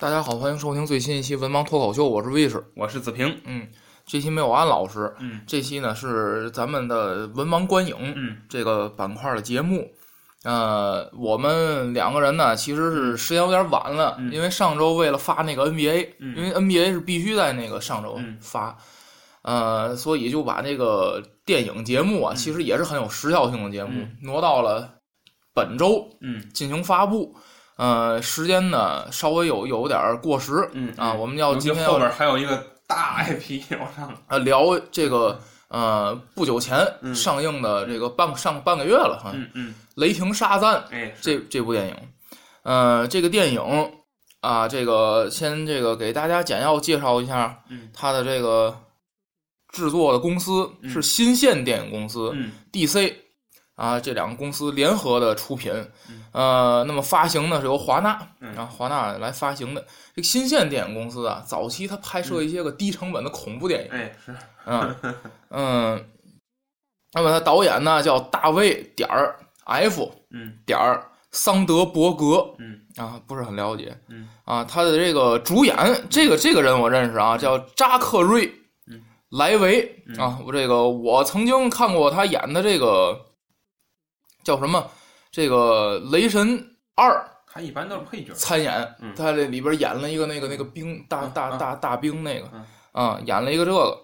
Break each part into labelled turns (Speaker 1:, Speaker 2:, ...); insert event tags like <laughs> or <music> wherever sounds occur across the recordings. Speaker 1: 大家好，欢迎收听最新一期《文盲脱口秀》，我是卫士。
Speaker 2: 我是子平。
Speaker 1: 嗯，这期没有安老师，
Speaker 2: 嗯
Speaker 1: 这期呢是咱们的文盲观影，
Speaker 2: 嗯，
Speaker 1: 这个板块的节目。呃，我们两个人呢，其实是时间有点晚了，
Speaker 2: 嗯
Speaker 1: 因为上周为了发那个 NBA，、
Speaker 2: 嗯
Speaker 1: 因为 NBA 是必须在那个上周
Speaker 2: 嗯
Speaker 1: 发，呃，所以就把那个电影节目啊，其实也是很有时效性的节目，
Speaker 2: 嗯
Speaker 1: 挪到了本周
Speaker 2: 嗯
Speaker 1: 进行发布。呃，时间呢稍微有有点儿过时，
Speaker 2: 嗯
Speaker 1: 啊，我们要
Speaker 2: 尤其
Speaker 1: 今天
Speaker 2: 后
Speaker 1: 要
Speaker 2: 边还有一个大 IP 往上，
Speaker 1: 啊，聊这个呃不久前
Speaker 2: 嗯
Speaker 1: 上映的这个半上半个月了哈，
Speaker 2: 嗯嗯，
Speaker 1: 雷霆沙赞》
Speaker 2: 哎，是
Speaker 1: 这这部电影，呃，这个电影啊，这个先这个给大家简要介绍一下
Speaker 2: 嗯
Speaker 1: 它的这个制作的公司
Speaker 2: 嗯
Speaker 1: 是新线电影公司、
Speaker 2: 嗯
Speaker 1: DC 啊，这两个公司联合的出品，呃，那么发行呢是由华纳
Speaker 2: 嗯
Speaker 1: 啊华纳来发行的。这个新线电影公司啊，早期它拍摄一些个低成本的恐怖电影。
Speaker 2: 哎是，
Speaker 1: 啊，嗯，那么他导演呢叫大卫点儿 F
Speaker 2: 嗯
Speaker 1: 点儿桑德伯格，
Speaker 2: 嗯
Speaker 1: 啊，不是很了解，
Speaker 2: 嗯
Speaker 1: 啊，他的这个主演这个这个人我认识啊，叫扎克瑞
Speaker 2: 嗯
Speaker 1: 莱维
Speaker 2: 嗯
Speaker 1: 啊，我这个我曾经看过他演的这个叫什么这个《雷神二》
Speaker 2: 他一般都是配角，
Speaker 1: 参演
Speaker 2: 嗯，
Speaker 1: 他这里边演了一个那个那个兵大
Speaker 2: 嗯
Speaker 1: 大
Speaker 2: 嗯
Speaker 1: 大大兵那个
Speaker 2: 嗯，
Speaker 1: 啊，演了一个这个，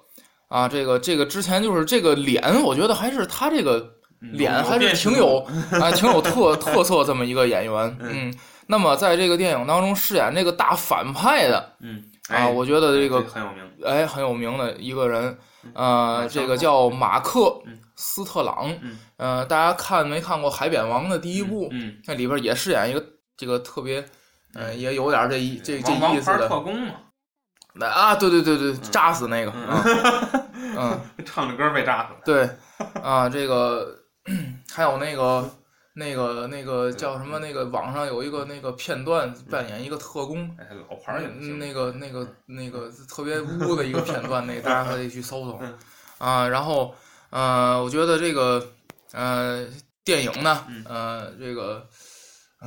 Speaker 1: 啊，这个这个之前就是这个脸，我觉得还是他这个
Speaker 2: 嗯
Speaker 1: 脸
Speaker 2: 有
Speaker 1: 还是
Speaker 2: 变形
Speaker 1: 挺有啊挺有特特色这么一个演员，
Speaker 2: <laughs> 嗯
Speaker 1: 嗯。那么在这个电影当中饰演这个大反派的
Speaker 2: 嗯
Speaker 1: 啊，
Speaker 2: 哎
Speaker 1: 我觉得这个
Speaker 2: 很有名，
Speaker 1: 哎很有名的一个人，呃，
Speaker 2: 马克
Speaker 1: 这个叫马克
Speaker 2: 嗯
Speaker 1: 斯特朗
Speaker 2: 嗯，
Speaker 1: 呃，大家看没看过《海扁王》的第一部？
Speaker 2: 嗯，
Speaker 1: 那里边也饰演一个这个特别，嗯、呃，也有点这一这这
Speaker 2: 王王
Speaker 1: 意思
Speaker 2: 牌
Speaker 1: 的
Speaker 2: 特嗯工嘛，
Speaker 1: 那啊，对对对对，炸死那个，
Speaker 2: 啊
Speaker 1: 嗯，嗯
Speaker 2: <laughs> 唱着歌被炸死了， <laughs>
Speaker 1: 对，啊，这个还有那个那个那个叫什么？那个网上有一个那个片段，扮演一个特工，
Speaker 2: 哎，老牌儿也不行，
Speaker 1: 嗯那个那个那个特别污的一个片段，
Speaker 2: <laughs>
Speaker 1: 那个大家可以去搜搜
Speaker 2: 嗯
Speaker 1: 啊。然后呃，我觉得这个呃电影呢
Speaker 2: 嗯，
Speaker 1: 呃这个。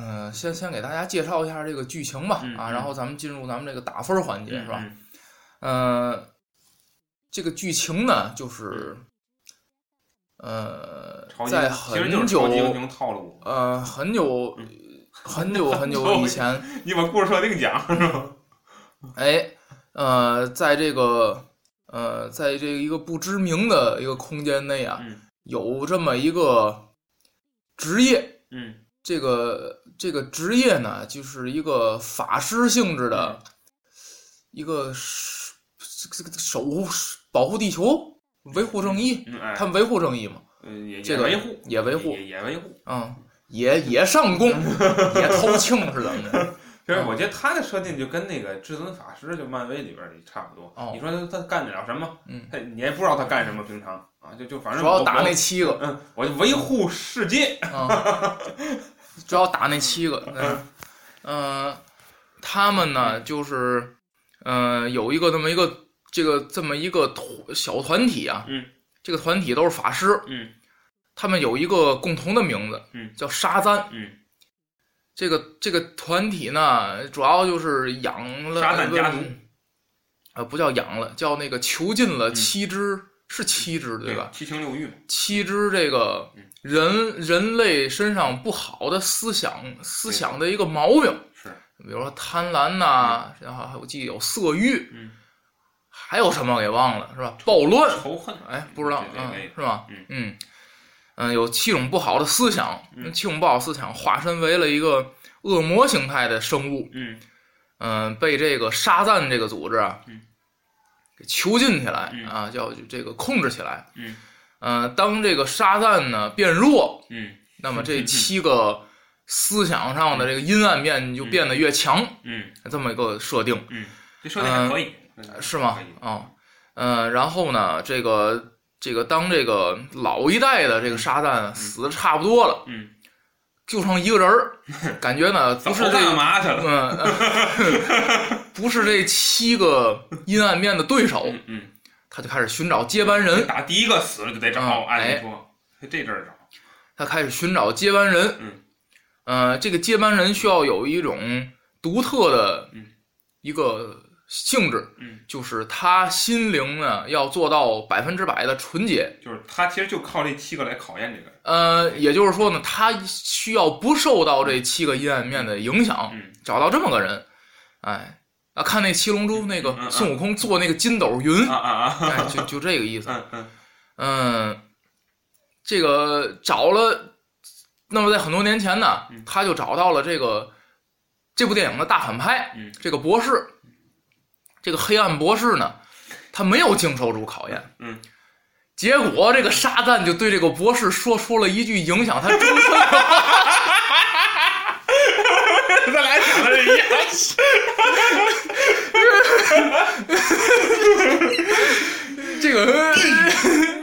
Speaker 1: 嗯，先先给大家介绍一下这个剧情吧，
Speaker 2: 嗯
Speaker 1: 啊，
Speaker 2: 嗯
Speaker 1: 然后咱们进入咱们这个打分儿环节，
Speaker 2: 嗯
Speaker 1: 是吧？？
Speaker 2: 嗯
Speaker 1: 呃，这个剧情呢，就是呃
Speaker 2: 超，级
Speaker 1: 在
Speaker 2: 其实就
Speaker 1: 很
Speaker 2: 是
Speaker 1: 久
Speaker 2: 超级英雄套路，
Speaker 1: 呃很久
Speaker 2: 嗯
Speaker 1: <laughs> 很久很久以前，
Speaker 2: 你把故事设定讲是吧？
Speaker 1: 哎，呃，在这个呃，在这一个不知名的一个空间内啊，
Speaker 2: 嗯
Speaker 1: 有这么一个职业，
Speaker 2: 嗯
Speaker 1: 这个这个职业呢，就是一个法师性质的，
Speaker 2: 嗯
Speaker 1: 一个守这个守护保护地球、维护正义，
Speaker 2: 嗯，哎，
Speaker 1: 他们维护正义嘛，
Speaker 2: 嗯也
Speaker 1: 这
Speaker 2: 也
Speaker 1: 个
Speaker 2: 维护，
Speaker 1: 也维护
Speaker 2: 也也维护。
Speaker 1: 嗯，也也上
Speaker 2: <laughs>
Speaker 1: 供，也偷庆是怎么着？
Speaker 2: 其实
Speaker 1: 嗯
Speaker 2: 我觉得他的设定就跟那个至尊法师，就漫威里边儿也差不多。
Speaker 1: 哦
Speaker 2: 你说他他干得了什么？
Speaker 1: 嗯，
Speaker 2: 他你也不知道他干什么，平常啊，就就反正
Speaker 1: 主要
Speaker 2: 我
Speaker 1: 打那
Speaker 2: 我
Speaker 1: 七个，
Speaker 2: 嗯，我就维护世界。
Speaker 1: 啊，主要打那七个。嗯、呃他们呢，就是，呃，有一个这么一个这个这么一个团小团体啊，
Speaker 2: 嗯，
Speaker 1: 这个团体都是法师，
Speaker 2: 嗯，
Speaker 1: 他们有一个共同的名字，
Speaker 2: 嗯，
Speaker 1: 叫沙赞，
Speaker 2: 嗯。
Speaker 1: 这个这个团体呢，主要就是养了
Speaker 2: 沙赞家族，
Speaker 1: 呃，不叫养了，叫那个囚禁
Speaker 2: 嗯
Speaker 1: 了七只，是七只对吧？
Speaker 2: 七情六欲嘛，
Speaker 1: 七只这个
Speaker 2: 嗯
Speaker 1: 人人类身上不好的思想
Speaker 2: 嗯
Speaker 1: 思想的一个毛病，
Speaker 2: 是
Speaker 1: 比如说贪婪呐、然后还有我记得有色欲，
Speaker 2: 嗯
Speaker 1: 还有什么给忘了是吧？暴乱，
Speaker 2: 仇恨。
Speaker 1: 哎，不知道
Speaker 2: 这
Speaker 1: 嗯
Speaker 2: 这类的
Speaker 1: 是吧？
Speaker 2: 嗯
Speaker 1: 嗯嗯有七种不好的思想，
Speaker 2: 嗯
Speaker 1: 七种不好思想化身为了一个恶魔形态的生物，
Speaker 2: 嗯
Speaker 1: 嗯，被这个沙赞这个组织啊
Speaker 2: 嗯
Speaker 1: 给囚禁起来
Speaker 2: 嗯
Speaker 1: 啊，叫这个控制起来。
Speaker 2: 嗯
Speaker 1: 呃，当这个沙赞呢变弱，
Speaker 2: 嗯
Speaker 1: 那么这七个思想上的这个阴暗面就变得越强，
Speaker 2: 嗯，
Speaker 1: 这么一个设定
Speaker 2: 嗯，这设定还可以，嗯
Speaker 1: 是吗
Speaker 2: 可以？
Speaker 1: 啊、呃，然后呢，这个这个当这个老一代的这个沙赞死的差不多了，
Speaker 2: 嗯，
Speaker 1: 就剩一个人儿，
Speaker 2: <laughs>
Speaker 1: 感觉呢
Speaker 2: 早
Speaker 1: 不是这
Speaker 2: 干嘛去了？
Speaker 1: 嗯， <laughs> 不是这七个阴暗面的对手，
Speaker 2: 嗯嗯，
Speaker 1: 他就开始寻找接班人，
Speaker 2: 打第一个死了就得找，
Speaker 1: 嗯
Speaker 2: 按理说这阵儿找，
Speaker 1: 他开始寻找接班人。
Speaker 2: 嗯，
Speaker 1: 呃，这个接班人需要有一种独特的
Speaker 2: 嗯
Speaker 1: 一个性质，
Speaker 2: 嗯，
Speaker 1: 就是他心灵呢要做到百分之百的纯洁。
Speaker 2: 就是他其实就靠这七个来考验这个人。
Speaker 1: 呃，也就是说呢，他需要不受到这七个阴暗面的影响，
Speaker 2: 嗯
Speaker 1: 找到这么个人。哎，啊，看那《七龙珠》那个
Speaker 2: 嗯嗯
Speaker 1: 孙悟空做那个筋斗云，
Speaker 2: 啊啊啊！
Speaker 1: 哎，
Speaker 2: <laughs>
Speaker 1: 就就这个意思。
Speaker 2: 嗯嗯
Speaker 1: 嗯，这个找了，那么在很多年前呢，
Speaker 2: 嗯
Speaker 1: 他就找到了这个这部电影的大反派，
Speaker 2: 嗯
Speaker 1: 这个博士，这个黑暗博士呢，他没有经受住考验，
Speaker 2: 嗯，
Speaker 1: 结果这个沙赞就对这个博士说出了一句影响他终身的话，
Speaker 2: <laughs> 咱俩想的是一样。
Speaker 1: 这个。 <laughs>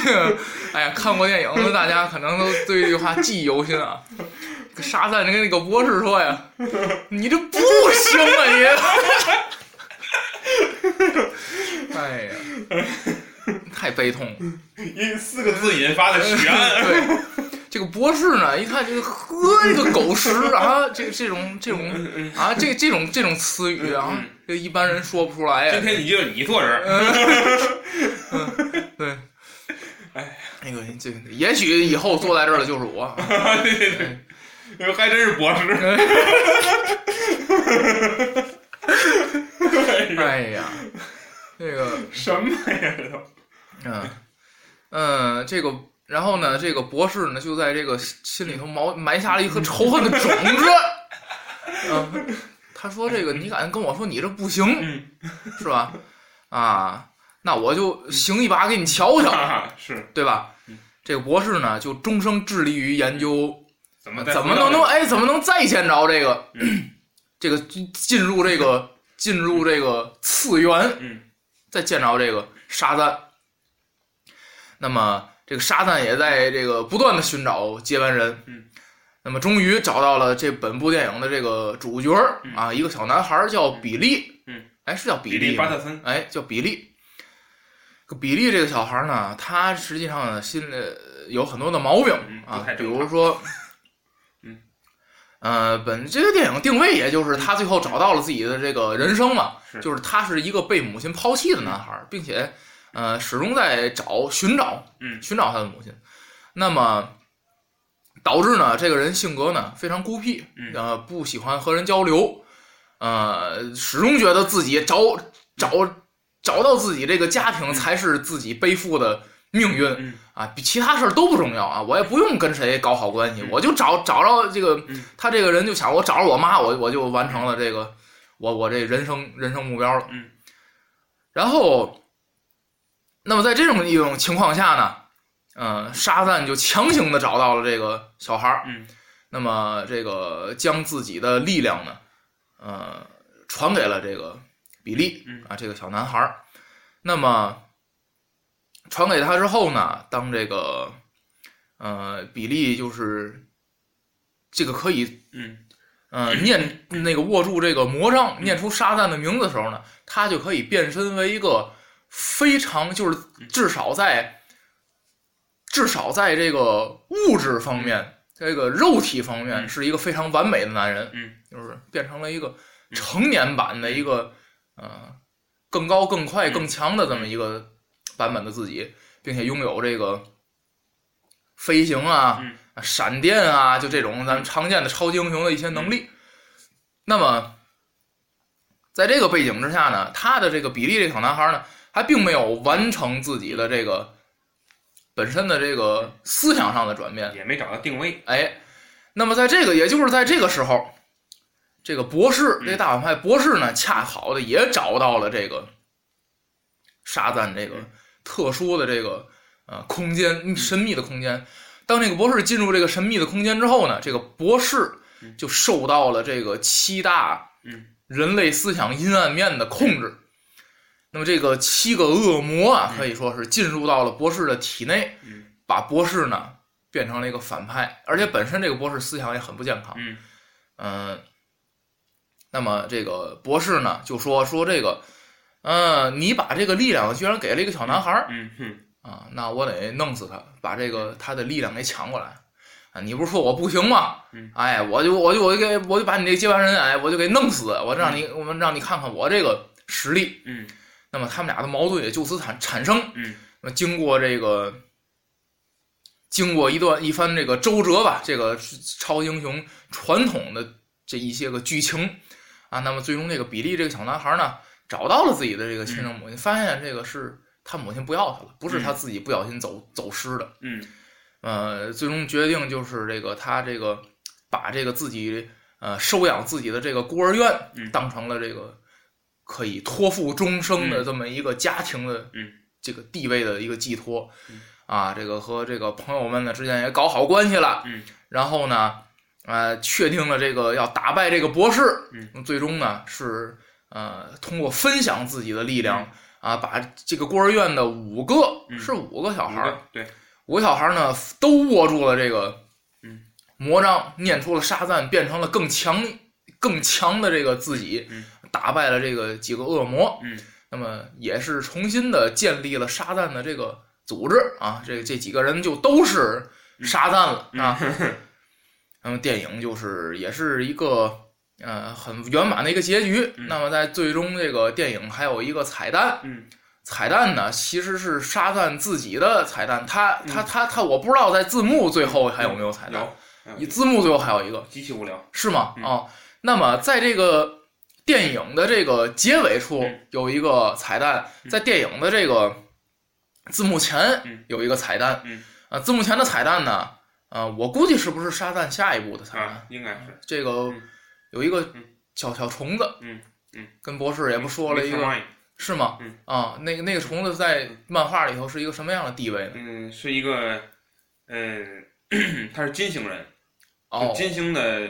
Speaker 1: 这个，哎呀，看过电影的大家可能都对这句话记忆犹新啊。沙赞跟那个博士说呀：“你这不行啊，你！” <laughs> 哎呀，太悲痛了。
Speaker 2: 因四个字引发的血案。
Speaker 1: 对，这个博士呢，一看这个呵，这个狗食啊，这这种这种啊，这这种这种词语啊，这一般人说不出来呀。
Speaker 2: <laughs> 今天你就你做人，
Speaker 1: 对，哎，那个这个也许以后坐在这儿的就是我。
Speaker 2: <laughs> 对对对，还真是博士。
Speaker 1: 哎呀，这个，
Speaker 2: 嗯 <laughs> 什么呀？这都
Speaker 1: 嗯嗯，这个，然后呢，这个博士呢，就在这个心里头埋埋下了一颗仇恨的种子。嗯，他说：“这个你敢跟我说你这不行
Speaker 2: <laughs> 嗯
Speaker 1: 是吧？啊，那我就行一把给你瞧瞧，
Speaker 2: 啊，是
Speaker 1: 对吧？”这个博士呢，就终生致力于研究
Speaker 2: 怎么再
Speaker 1: 怎么
Speaker 2: 回到
Speaker 1: 能能
Speaker 2: 这
Speaker 1: 哎，怎么能再见着这个、
Speaker 2: 嗯
Speaker 1: 这个进入这个进入这个次元，
Speaker 2: 嗯
Speaker 1: 再见着这个沙赞。那么这个沙赞也在这个不断的寻找接班人，
Speaker 2: 嗯，
Speaker 1: 那么终于找到了这本部电影的这个主角、
Speaker 2: 嗯
Speaker 1: 啊，一个小男孩儿叫比利，
Speaker 2: 嗯，
Speaker 1: 哎，是叫
Speaker 2: 比
Speaker 1: 比
Speaker 2: 利
Speaker 1: 利
Speaker 2: 巴
Speaker 1: 吗？
Speaker 2: 特森？
Speaker 1: 哎，叫比利。这个比利这个小孩儿呢，他实际上呢心里有很多的毛病
Speaker 2: 嗯
Speaker 1: 啊
Speaker 2: 不太，
Speaker 1: 比
Speaker 2: 正常
Speaker 1: 如说，
Speaker 2: 嗯，
Speaker 1: 呃，本这个电影定位也就是他最后找到了自己的这个人生嘛，
Speaker 2: 嗯是
Speaker 1: 就是他是一个被母亲抛弃的男孩儿，并且呃始终在找寻找，
Speaker 2: 嗯
Speaker 1: 寻找他的母亲。那么导致呢，这个人性格呢非常孤僻，
Speaker 2: 嗯
Speaker 1: 呃，不喜欢和人交流，呃，始终觉得自己找找找到自己这个家庭才是自己背负的命运、
Speaker 2: 嗯
Speaker 1: 啊，比其他事儿都不重要啊，我也不用跟谁搞好关系，我就找找着这个
Speaker 2: 嗯
Speaker 1: 他这个人就想我找着我妈，我我就完成了这个我我这人生人生目标了。
Speaker 2: 嗯，
Speaker 1: 然后，那么在这种一种情况下呢，呃，沙赞就强行的找到了这个小孩儿，
Speaker 2: 嗯
Speaker 1: 那么这个将自己的力量呢，呃，传给了这个比利
Speaker 2: 嗯
Speaker 1: 啊，这个小男孩儿。那么传给他之后呢，当这个呃比利就是这个可以
Speaker 2: 嗯
Speaker 1: 呃念那个握住这个魔杖，念出沙赞的名字的时候呢，他就可以变身为一个非常就是至少在至少在这个物质方面，这个肉体方面
Speaker 2: 嗯
Speaker 1: 是一个非常完美的男人，
Speaker 2: 嗯，
Speaker 1: 就是变成了一个成年版的一个呃更高、更
Speaker 2: 嗯
Speaker 1: 快、更强的这么一个版本的自己，并且拥有这个飞行啊、
Speaker 2: 嗯
Speaker 1: 啊闪电啊，就这种咱们常见的超级英雄的一些能力。那么，在这个背景之下呢，他的这个比利这个小男孩呢，还并没有完成自己的这个本身的这个思想上的转变，
Speaker 2: 嗯也没找到定位，
Speaker 1: 哎，那么在这个，也就是在这个时候，这个博士，
Speaker 2: 嗯
Speaker 1: 这个大反派博士呢，恰好的也找到了这个沙赞这个
Speaker 2: 嗯
Speaker 1: 特殊的这个呃空间，神秘的空间。当这个博士进入这个神秘的空间之后呢，这个博士就受到了这个七大
Speaker 2: 嗯
Speaker 1: 人类思想阴暗面的控制。那么这个七个恶魔啊，可以说是进入到了博士的体内，
Speaker 2: 嗯
Speaker 1: 把博士呢变成了一个反派，而且本身这个博士思想也很不健康。
Speaker 2: 嗯
Speaker 1: 嗯、那么这个博士呢就说说这个，呃，你把这个力量居然给了一个小男孩儿
Speaker 2: 嗯哼
Speaker 1: 啊，那我得弄死他，把这个他的力量给抢过来。啊，你不是说我不行吗
Speaker 2: 嗯？
Speaker 1: 哎，我就我就我就给我就把你这接班人，哎，我就给弄死，我让你我们让你看看我这个实力。
Speaker 2: 嗯
Speaker 1: 那么他们俩的矛盾也就此产产生。
Speaker 2: 嗯
Speaker 1: 那经过这个，经过一段一番这个周折吧，这个超英雄传统的这一些个剧情啊，那么最终这个比利这个小男孩呢，找到了自己的这个亲生母亲，发现这个是他母亲不要他了，不是他自己不小心走、走失的。
Speaker 2: 嗯
Speaker 1: 呃，最终决定就是这个他这个把这个自己呃收养自己的这个孤儿院
Speaker 2: 嗯
Speaker 1: 当成了这个可以托付终生的这么一个家庭的
Speaker 2: 嗯
Speaker 1: 这个地位的一个寄托
Speaker 2: 嗯，
Speaker 1: 啊，这个和这个朋友们呢之间也搞好关系了，
Speaker 2: 嗯
Speaker 1: 然后呢，呃，确定了这个要打败这个博士，
Speaker 2: 嗯
Speaker 1: 最终呢是呃通过分享自己的力量。啊，把这个孤儿院的五个、
Speaker 2: 嗯
Speaker 1: 是五个小孩儿，
Speaker 2: 对对
Speaker 1: 五个小孩呢都握住了这个，
Speaker 2: 嗯，
Speaker 1: 魔杖，念出了沙赞，变成了更强、更强的这个自己，
Speaker 2: 嗯
Speaker 1: 打败了这个几个恶魔，
Speaker 2: 嗯
Speaker 1: 那么也是重新的建立了沙赞的这个组织啊，这这几个人就都是
Speaker 2: 嗯
Speaker 1: 沙赞了、啊。
Speaker 2: <laughs>
Speaker 1: 那么电影就是也是一个。呃，很圆满的一个结局。
Speaker 2: 嗯
Speaker 1: 那么在最终这个电影还有一个彩蛋，
Speaker 2: 嗯
Speaker 1: 彩蛋呢，其实是沙赞自己的彩蛋，他他他他，我不知道在字幕最后还有没有彩蛋，
Speaker 2: 嗯有嗯
Speaker 1: 你字幕最后还有一个
Speaker 2: 极其无聊，
Speaker 1: 是吗？
Speaker 2: 嗯
Speaker 1: 哦，那么在这个电影的这个结尾处
Speaker 2: 嗯
Speaker 1: 有一个彩蛋，
Speaker 2: 嗯
Speaker 1: 在电影的这个字幕前
Speaker 2: 嗯
Speaker 1: 有一个彩蛋
Speaker 2: 嗯，
Speaker 1: 啊，字幕前的彩蛋呢，呃，我估计是不是沙赞下一步的彩蛋
Speaker 2: 啊？，应该是
Speaker 1: 这个
Speaker 2: 嗯
Speaker 1: 有一个
Speaker 2: 嗯
Speaker 1: 小小虫子，
Speaker 2: 嗯嗯，
Speaker 1: 跟博士也不说了一个
Speaker 2: 没看。蚂蚁
Speaker 1: 是吗？
Speaker 2: 嗯
Speaker 1: 啊，那个那个虫子在漫画里头是一个什么样的地位呢？
Speaker 2: 嗯，是一个，嗯， <clears throat> 他是金星人，
Speaker 1: 哦
Speaker 2: 嗯就金星的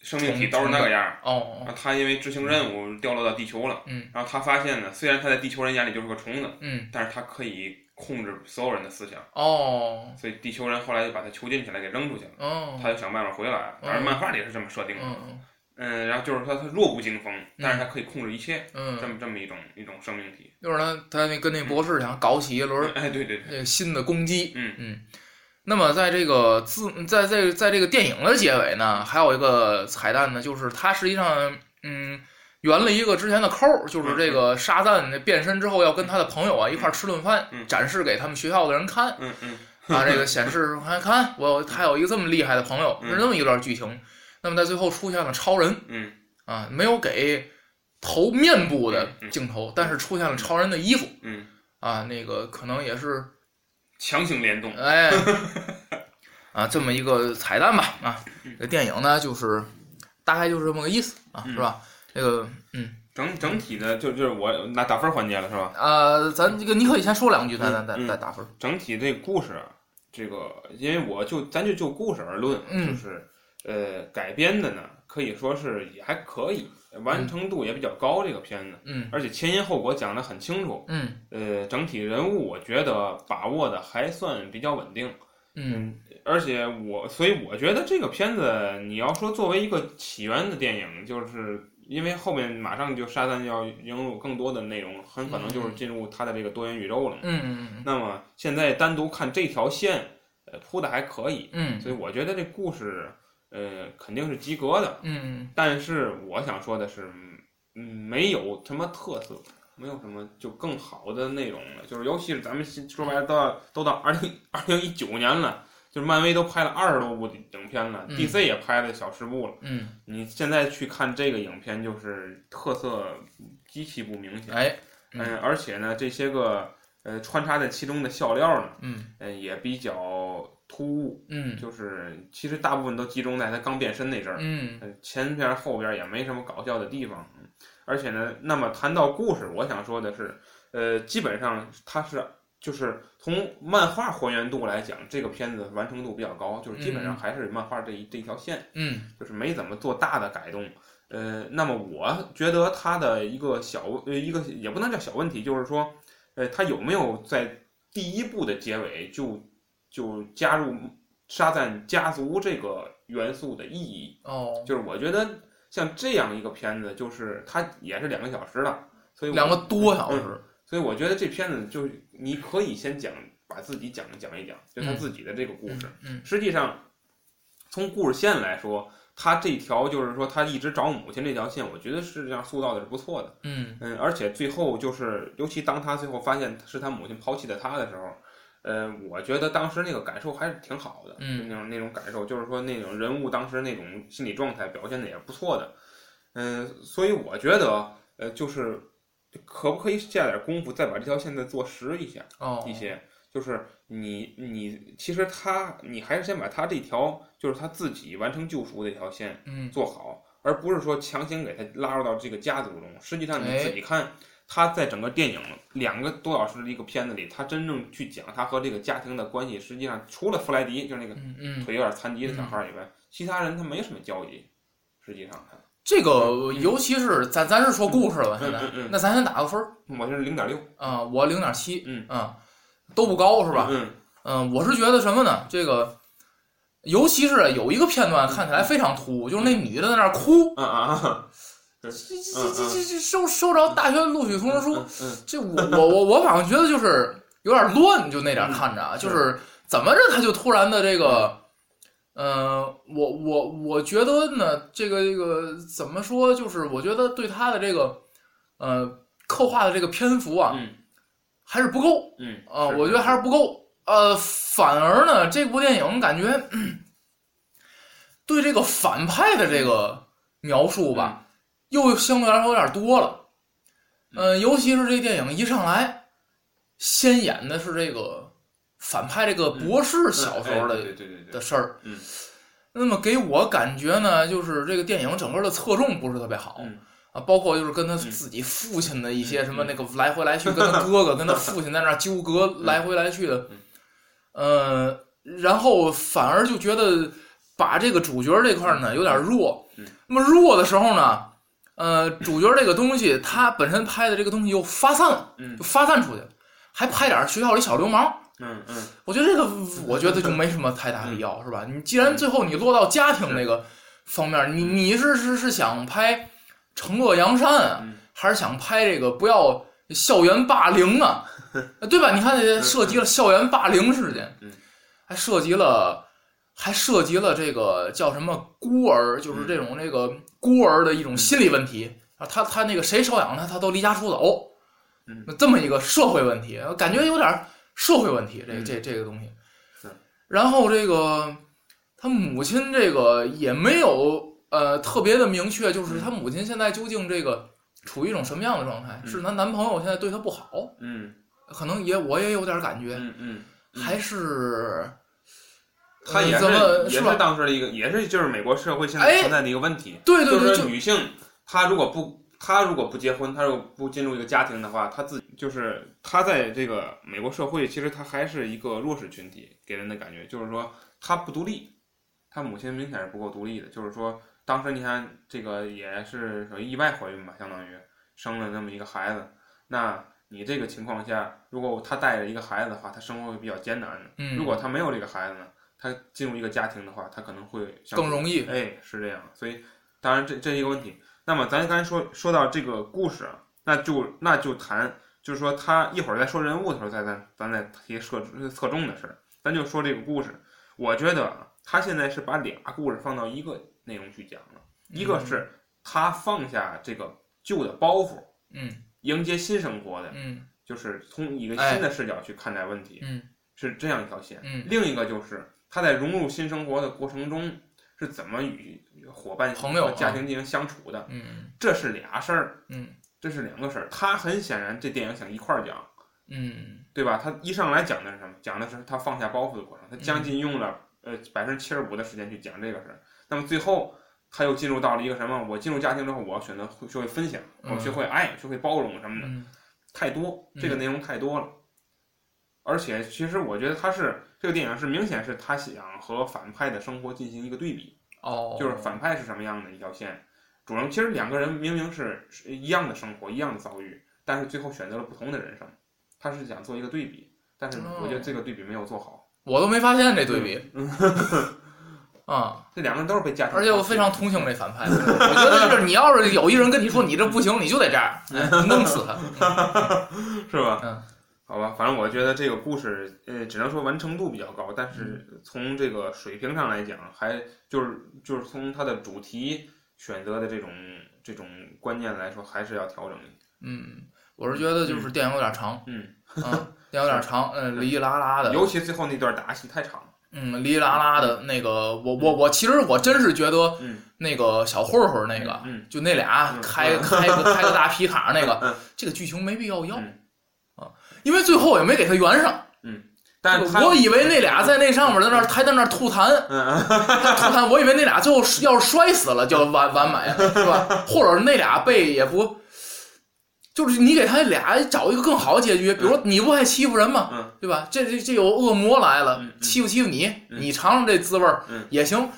Speaker 2: 生命体
Speaker 1: 虫
Speaker 2: 都是那个样儿。
Speaker 1: 哦
Speaker 2: 然
Speaker 1: 哦，
Speaker 2: 后他因为执行任务掉落到地球了，
Speaker 1: 嗯，
Speaker 2: 然后他发现呢，虽然他在地球人眼里就是个虫子，
Speaker 1: 嗯
Speaker 2: 但是他可以控制所有人的思想，
Speaker 1: 哦
Speaker 2: 所以地球人后来就把他囚禁起来，给扔出去了。
Speaker 1: 哦，
Speaker 2: 他就想办法回来了，反正
Speaker 1: 嗯
Speaker 2: 漫画里也是这么设定的。
Speaker 1: 嗯
Speaker 2: 嗯，然后就是说他弱不禁风，但是他可以控制一切，这
Speaker 1: 嗯，
Speaker 2: 么这么一种一种生命体。
Speaker 1: 就是他他那跟那博士想搞起一
Speaker 2: <laughs>
Speaker 1: 轮
Speaker 2: 哎，对对对，
Speaker 1: 那个新的攻击，
Speaker 2: 嗯
Speaker 1: 嗯。那么在这个自在在在这个电影的结尾呢，还有一个彩蛋呢，就是它实际上嗯圆了一个之前的扣儿，
Speaker 2: 嗯
Speaker 1: 就是这个沙赞变身之后要跟他的朋友啊一块儿吃顿饭，
Speaker 2: 嗯
Speaker 1: 展示给他们学校的人看。
Speaker 2: 嗯嗯 <laughs>
Speaker 1: 啊，这个显示看看我还有一个这么厉害的朋友，
Speaker 2: 嗯
Speaker 1: 是这么一段剧情。那么在最后出现了超人
Speaker 2: 嗯
Speaker 1: 啊，没有给头面部的
Speaker 2: 嗯嗯
Speaker 1: 镜头，但是出现了超人的衣服
Speaker 2: 嗯
Speaker 1: 啊，那个可能也是
Speaker 2: 强行联动， <laughs>
Speaker 1: 哎，啊，这么一个彩蛋吧，啊，这电影呢就是大概就是这么个意思啊，
Speaker 2: 嗯
Speaker 1: 是吧？那个，嗯，
Speaker 2: 整整体的就就是我拿打分环节了是吧？
Speaker 1: 啊，咱这个你可以先说两句，咱咱
Speaker 2: 嗯
Speaker 1: 咱
Speaker 2: 嗯
Speaker 1: 再打分。
Speaker 2: 整体这个故事啊，这个因为我就咱就就故事而论，啊
Speaker 1: 嗯
Speaker 2: 就是呃改编的呢，可以说是也还可以，完成度也比较高这个片子，
Speaker 1: 嗯
Speaker 2: 而且前因后果讲得很清楚，
Speaker 1: 嗯
Speaker 2: 呃，整体人物我觉得把握的还算比较稳定。
Speaker 1: 嗯
Speaker 2: 而且我，所以我觉得这个片子，你要说作为一个起源的电影，就是因为后面马上就沙赞要引入更多的内容，很可能就是进入他的这个多元宇宙了嘛。
Speaker 1: 嗯
Speaker 2: 那么现在单独看这条线，呃，铺的还可以，
Speaker 1: 嗯
Speaker 2: 所以我觉得这故事，呃，肯定是及格的。
Speaker 1: 嗯
Speaker 2: 但是我想说的是，嗯，没有什么特色，没有什么就更好的内容了。就是尤其是咱们现说白了，都要都到二零二零一九年了，就是漫威都拍了二十多部影片了、
Speaker 1: 嗯
Speaker 2: d c 也拍了小十部了。
Speaker 1: 嗯，
Speaker 2: 你现在去看这个影片，就是特色极其不明显。
Speaker 1: 哎，嗯
Speaker 2: 嗯，而且呢，这些个呃穿插在其中的笑料呢，
Speaker 1: 嗯
Speaker 2: 嗯、也比较突兀。
Speaker 1: 嗯
Speaker 2: 就是其实大部分都集中在他刚变身那阵儿。
Speaker 1: 嗯
Speaker 2: 呃前边儿后边儿也没什么搞笑的地方，嗯而且呢，那么谈到故事，我想说的是，呃，基本上它是就是从漫画还原度来讲，这个片子完成度比较高，就是基本上
Speaker 1: 嗯
Speaker 2: 还是漫画这一这一条线，
Speaker 1: 嗯
Speaker 2: 就是没怎么做大的改动。呃，那么我觉得它的一个小呃一个也不能叫小问题，就是说，呃，它有没有在第一部的结尾就就加入沙赞家族这个元素的意义？
Speaker 1: 哦，
Speaker 2: 就是我觉得像这样一个片子，就是它也是两个小时的，所以我
Speaker 1: 两个多小时。
Speaker 2: 所以我觉得这片子就是你可以先讲把自己讲讲一讲，就他自己的这个故事。
Speaker 1: 嗯
Speaker 2: 实际上，从故事线来说，他这条就是说他一直找母亲这条线，我觉得是这样塑造的是不错的。
Speaker 1: 嗯
Speaker 2: 嗯，而且最后就是，尤其当他最后发现是他母亲抛弃的他的时候，呃，我觉得当时那个感受还是挺好的，
Speaker 1: 嗯
Speaker 2: 就那种那种感受，就是说那种人物当时那种心理状态表现的也不错的，嗯、所以我觉得，呃，就是可不可以下点功夫再把这条线再做实一下
Speaker 1: 哦
Speaker 2: 一些，就是你你其实他你还是先把他这条就是他自己完成救赎这条线
Speaker 1: 嗯
Speaker 2: 做好，而不是说强行给他拉入到这个家族中。实际上你
Speaker 1: 哎
Speaker 2: 自己看，他在整个电影两个多小时的一个片子里，他真正去讲他和这个家庭的关系，实际上除了弗莱迪就是那个
Speaker 1: 嗯嗯，
Speaker 2: 腿有点残疾的小孩以外，其他人他没什么交集。实际上，
Speaker 1: 这个尤其是咱咱是说故事了吧？现在
Speaker 2: 嗯嗯嗯
Speaker 1: 那咱先打个分儿
Speaker 2: 嗯我是零点六，
Speaker 1: 啊，我零点七，
Speaker 2: 嗯
Speaker 1: 啊，都不高是吧？
Speaker 2: 嗯，
Speaker 1: 嗯，我是觉得什么呢？这个，尤其是有一个片段看起来非常突兀，就是那
Speaker 2: 嗯
Speaker 1: 女的在那儿哭，
Speaker 2: 啊啊，
Speaker 1: 这这这这这收收着大学录取通知书，
Speaker 2: 嗯，
Speaker 1: 这我我我我反正觉得就是有点乱，就那点儿看着啊，
Speaker 2: 嗯
Speaker 1: 就是怎么着他就突然的这个，嗯，我我我觉得呢，这个这个怎么说，就是我觉得对他的这个，呃，刻画的这个篇幅啊，
Speaker 2: 嗯
Speaker 1: 还是不够，
Speaker 2: 嗯，
Speaker 1: 啊、我觉得还是不够。呃，反而呢，这部电影感觉嗯对这个反派的这个描述
Speaker 2: 嗯
Speaker 1: 吧，又相对来说有点多了。呃，尤其是这电影一上来，先演的是这个反派这个博士小时候的、
Speaker 2: 嗯哎对对对
Speaker 1: 的
Speaker 2: 对，
Speaker 1: 事儿。
Speaker 2: 嗯
Speaker 1: 那么给我感觉呢，就是这个电影整个的侧重不是特别好。
Speaker 2: 嗯
Speaker 1: 啊，包括就是跟他自己父亲的一些什么那个来回来去，跟
Speaker 2: <laughs>
Speaker 1: 他哥哥、跟他父亲在那儿纠葛来回来去的，
Speaker 2: 嗯
Speaker 1: 呃，然后反而就觉得把这个主角这块儿呢有点弱
Speaker 2: 嗯。
Speaker 1: 那么弱的时候呢，呃，主角这个东西他本身拍的这个东西又发散了，
Speaker 2: 嗯
Speaker 1: 就发散出去了，还拍点儿学校里小流氓，
Speaker 2: 嗯嗯
Speaker 1: 我觉得这个，我觉得就没什么太大必要，是吧？你既然最后你落到家庭这个方面，你你是是是想拍惩恶扬善啊
Speaker 2: 嗯，
Speaker 1: 还是想拍这个不要校园霸
Speaker 2: <laughs>
Speaker 1: 凌啊？对吧？你看，这涉及了校园霸凌事件
Speaker 2: 嗯，
Speaker 1: 还涉及了，还涉及了这个叫什么孤儿，
Speaker 2: 嗯
Speaker 1: 就是这种这个孤儿的一种心理问题啊。他他那个谁收养他，他都离家出走
Speaker 2: 嗯，
Speaker 1: 那这么一个社会问题，感觉有点儿社会问题，这
Speaker 2: 嗯
Speaker 1: 这这个东西
Speaker 2: 是。
Speaker 1: 然后这个他母亲这个也没有呃特别的明确，就是他母亲现在究竟这个处于一种什么样的状态？
Speaker 2: 嗯
Speaker 1: 是她男朋友现在对她不好，
Speaker 2: 嗯
Speaker 1: 可能也我也有点感觉。
Speaker 2: 嗯嗯
Speaker 1: 还是
Speaker 2: 它也
Speaker 1: 嗯
Speaker 2: 是
Speaker 1: 怎么
Speaker 2: 也
Speaker 1: 是吧
Speaker 2: 是当时的一个，也是就是美国社会现在
Speaker 1: 哎
Speaker 2: 存在的一个问题，
Speaker 1: 对对
Speaker 2: 就
Speaker 1: 对，
Speaker 2: 是
Speaker 1: 就
Speaker 2: 女性她如果不她如果不结婚，她如果不进入一个家庭的话，她自己就是她在这个美国社会，其实她还是一个弱势群体，给人的感觉就是说她不独立，她母亲明显是不够独立的，就是说当时你看这个也是属于意外怀孕吧，相当于生了那么一个孩子，那。你这个情况下，如果她带着一个孩子的话，她生活会比较艰难的。
Speaker 1: 嗯
Speaker 2: 如果她没有这个孩子呢，她进入一个家庭的话，她可能会相对
Speaker 1: 更容易
Speaker 2: 哎，是这样，所以当然这这是一个问题。那么咱刚才说说到这个故事，啊，那就那就谈，就是说他一会儿再说人物的时候再咱咱再提侧侧重的事儿，咱就说这个故事。我觉得啊，他现在是把俩故事放到一个内容去讲了，一
Speaker 1: 嗯
Speaker 2: 个是他放下这个旧的包袱，
Speaker 1: 嗯
Speaker 2: 迎接新生活的，
Speaker 1: 嗯
Speaker 2: 就是从一个
Speaker 1: 哎
Speaker 2: 新的视角去看待问题。
Speaker 1: 嗯
Speaker 2: 是这样一条线。
Speaker 1: 嗯
Speaker 2: 另一个就是他在融入新生活的过程中是怎么与伙伴、
Speaker 1: 朋友
Speaker 2: 和家
Speaker 1: 啊
Speaker 2: 庭进行相处的，
Speaker 1: 嗯
Speaker 2: 这是俩事儿，
Speaker 1: 嗯
Speaker 2: 这是两个事儿。他很显然这电影想一块儿讲，
Speaker 1: 嗯
Speaker 2: 对吧？他一上来讲的是什么？讲的是他放下包袱的过程。他将近用了、
Speaker 1: 嗯
Speaker 2: 呃百分之七十五的时间去讲这个事儿。那么最后他又进入到了一个什么？我进入家庭之后，我要选择会学会分享，我
Speaker 1: 嗯
Speaker 2: 学会爱，学会包容什么的。
Speaker 1: 嗯
Speaker 2: 太多，这个
Speaker 1: 嗯
Speaker 2: 内容太多了。而且，其实我觉得他是这个电影是明显是他想和反派的生活进行一个对比，
Speaker 1: 哦，
Speaker 2: 就是反派是什么样的一条线，主人其实两个人明明是是一样的生活，一样的遭遇，但是最后选择了不同的人生，他是想做一个对比，但是我
Speaker 1: 哦
Speaker 2: 觉得这个对比没有做好，
Speaker 1: 我都没发现这对比。 <laughs> 啊，
Speaker 2: 这两个人都是被家庭，
Speaker 1: 而且我非常同情这反派，我觉得就是你要是有一人跟你说你这不行，你就得这样，哎弄死他。
Speaker 2: 是吧？
Speaker 1: 嗯，
Speaker 2: 好吧，反正我觉得这个故事，呃，只能说完成度比较高，但
Speaker 1: 嗯
Speaker 2: 是从这个水平上来讲，还就是就是从它的主题选择的这种这种观念来说，还是要调整一下。
Speaker 1: 嗯，我是觉得就是电影有点长，
Speaker 2: 嗯，
Speaker 1: 啊，电影有点长，嗯，哩哩啦啦的，
Speaker 2: 尤其最后那段打戏太长了。
Speaker 1: 嗯，哩哩啦啦的那个，我我我，其实我真是觉得
Speaker 2: 嗯
Speaker 1: 那个小混混那个，
Speaker 2: 嗯
Speaker 1: 就那俩
Speaker 2: 嗯
Speaker 1: 开
Speaker 2: <laughs>
Speaker 1: 开个开个大皮卡那个
Speaker 2: 嗯，
Speaker 1: 这个剧情没必要要
Speaker 2: 嗯
Speaker 1: 啊，因为最后也没给他圆上。
Speaker 2: 但是他
Speaker 1: 我以为那俩在那上面在那儿还在那儿吐痰，
Speaker 2: 嗯
Speaker 1: 吐痰，我以为 <laughs> 那俩最后是要是摔死了就完完美了，是吧？或者那俩被也不，就是你给他俩找一个更好的结局，比如说你不还欺负人吗？
Speaker 2: 嗯
Speaker 1: 对吧？这这这有恶魔来了
Speaker 2: 嗯，嗯
Speaker 1: 欺负欺负你，
Speaker 2: 嗯
Speaker 1: 你尝尝这滋味儿
Speaker 2: 嗯
Speaker 1: 也行。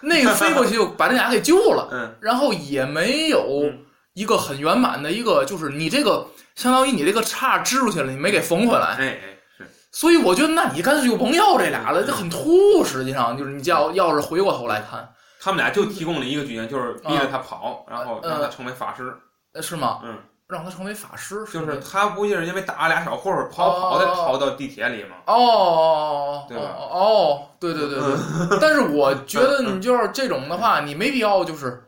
Speaker 1: 那个飞过去就把那俩给救了，
Speaker 2: 嗯
Speaker 1: 然后也没有
Speaker 2: 嗯
Speaker 1: 一个很圆满的一个，就是你这个相当于你这个叉支出去了，你没给缝回来。
Speaker 2: 哎哎是
Speaker 1: 所以我觉得，那你干脆就甭要这俩了，这
Speaker 2: 嗯
Speaker 1: 很突兀。实际上，就是你要要是回过头来看，
Speaker 2: 他们俩就提供了一个剧情，就是逼着他跑，
Speaker 1: 嗯
Speaker 2: 然后让他成为法师。
Speaker 1: 呃是吗？
Speaker 2: 嗯，
Speaker 1: 让他成为法师，
Speaker 2: 就是是
Speaker 1: 吗
Speaker 2: 他不就是因为打了俩小混混跑
Speaker 1: 哦
Speaker 2: 跑的逃到地铁里嘛？
Speaker 1: 哦哦哦
Speaker 2: 对吧啊
Speaker 1: 哦哦，对对对
Speaker 2: <laughs>
Speaker 1: 对。但是我觉得你就是这种的话，你没必要就是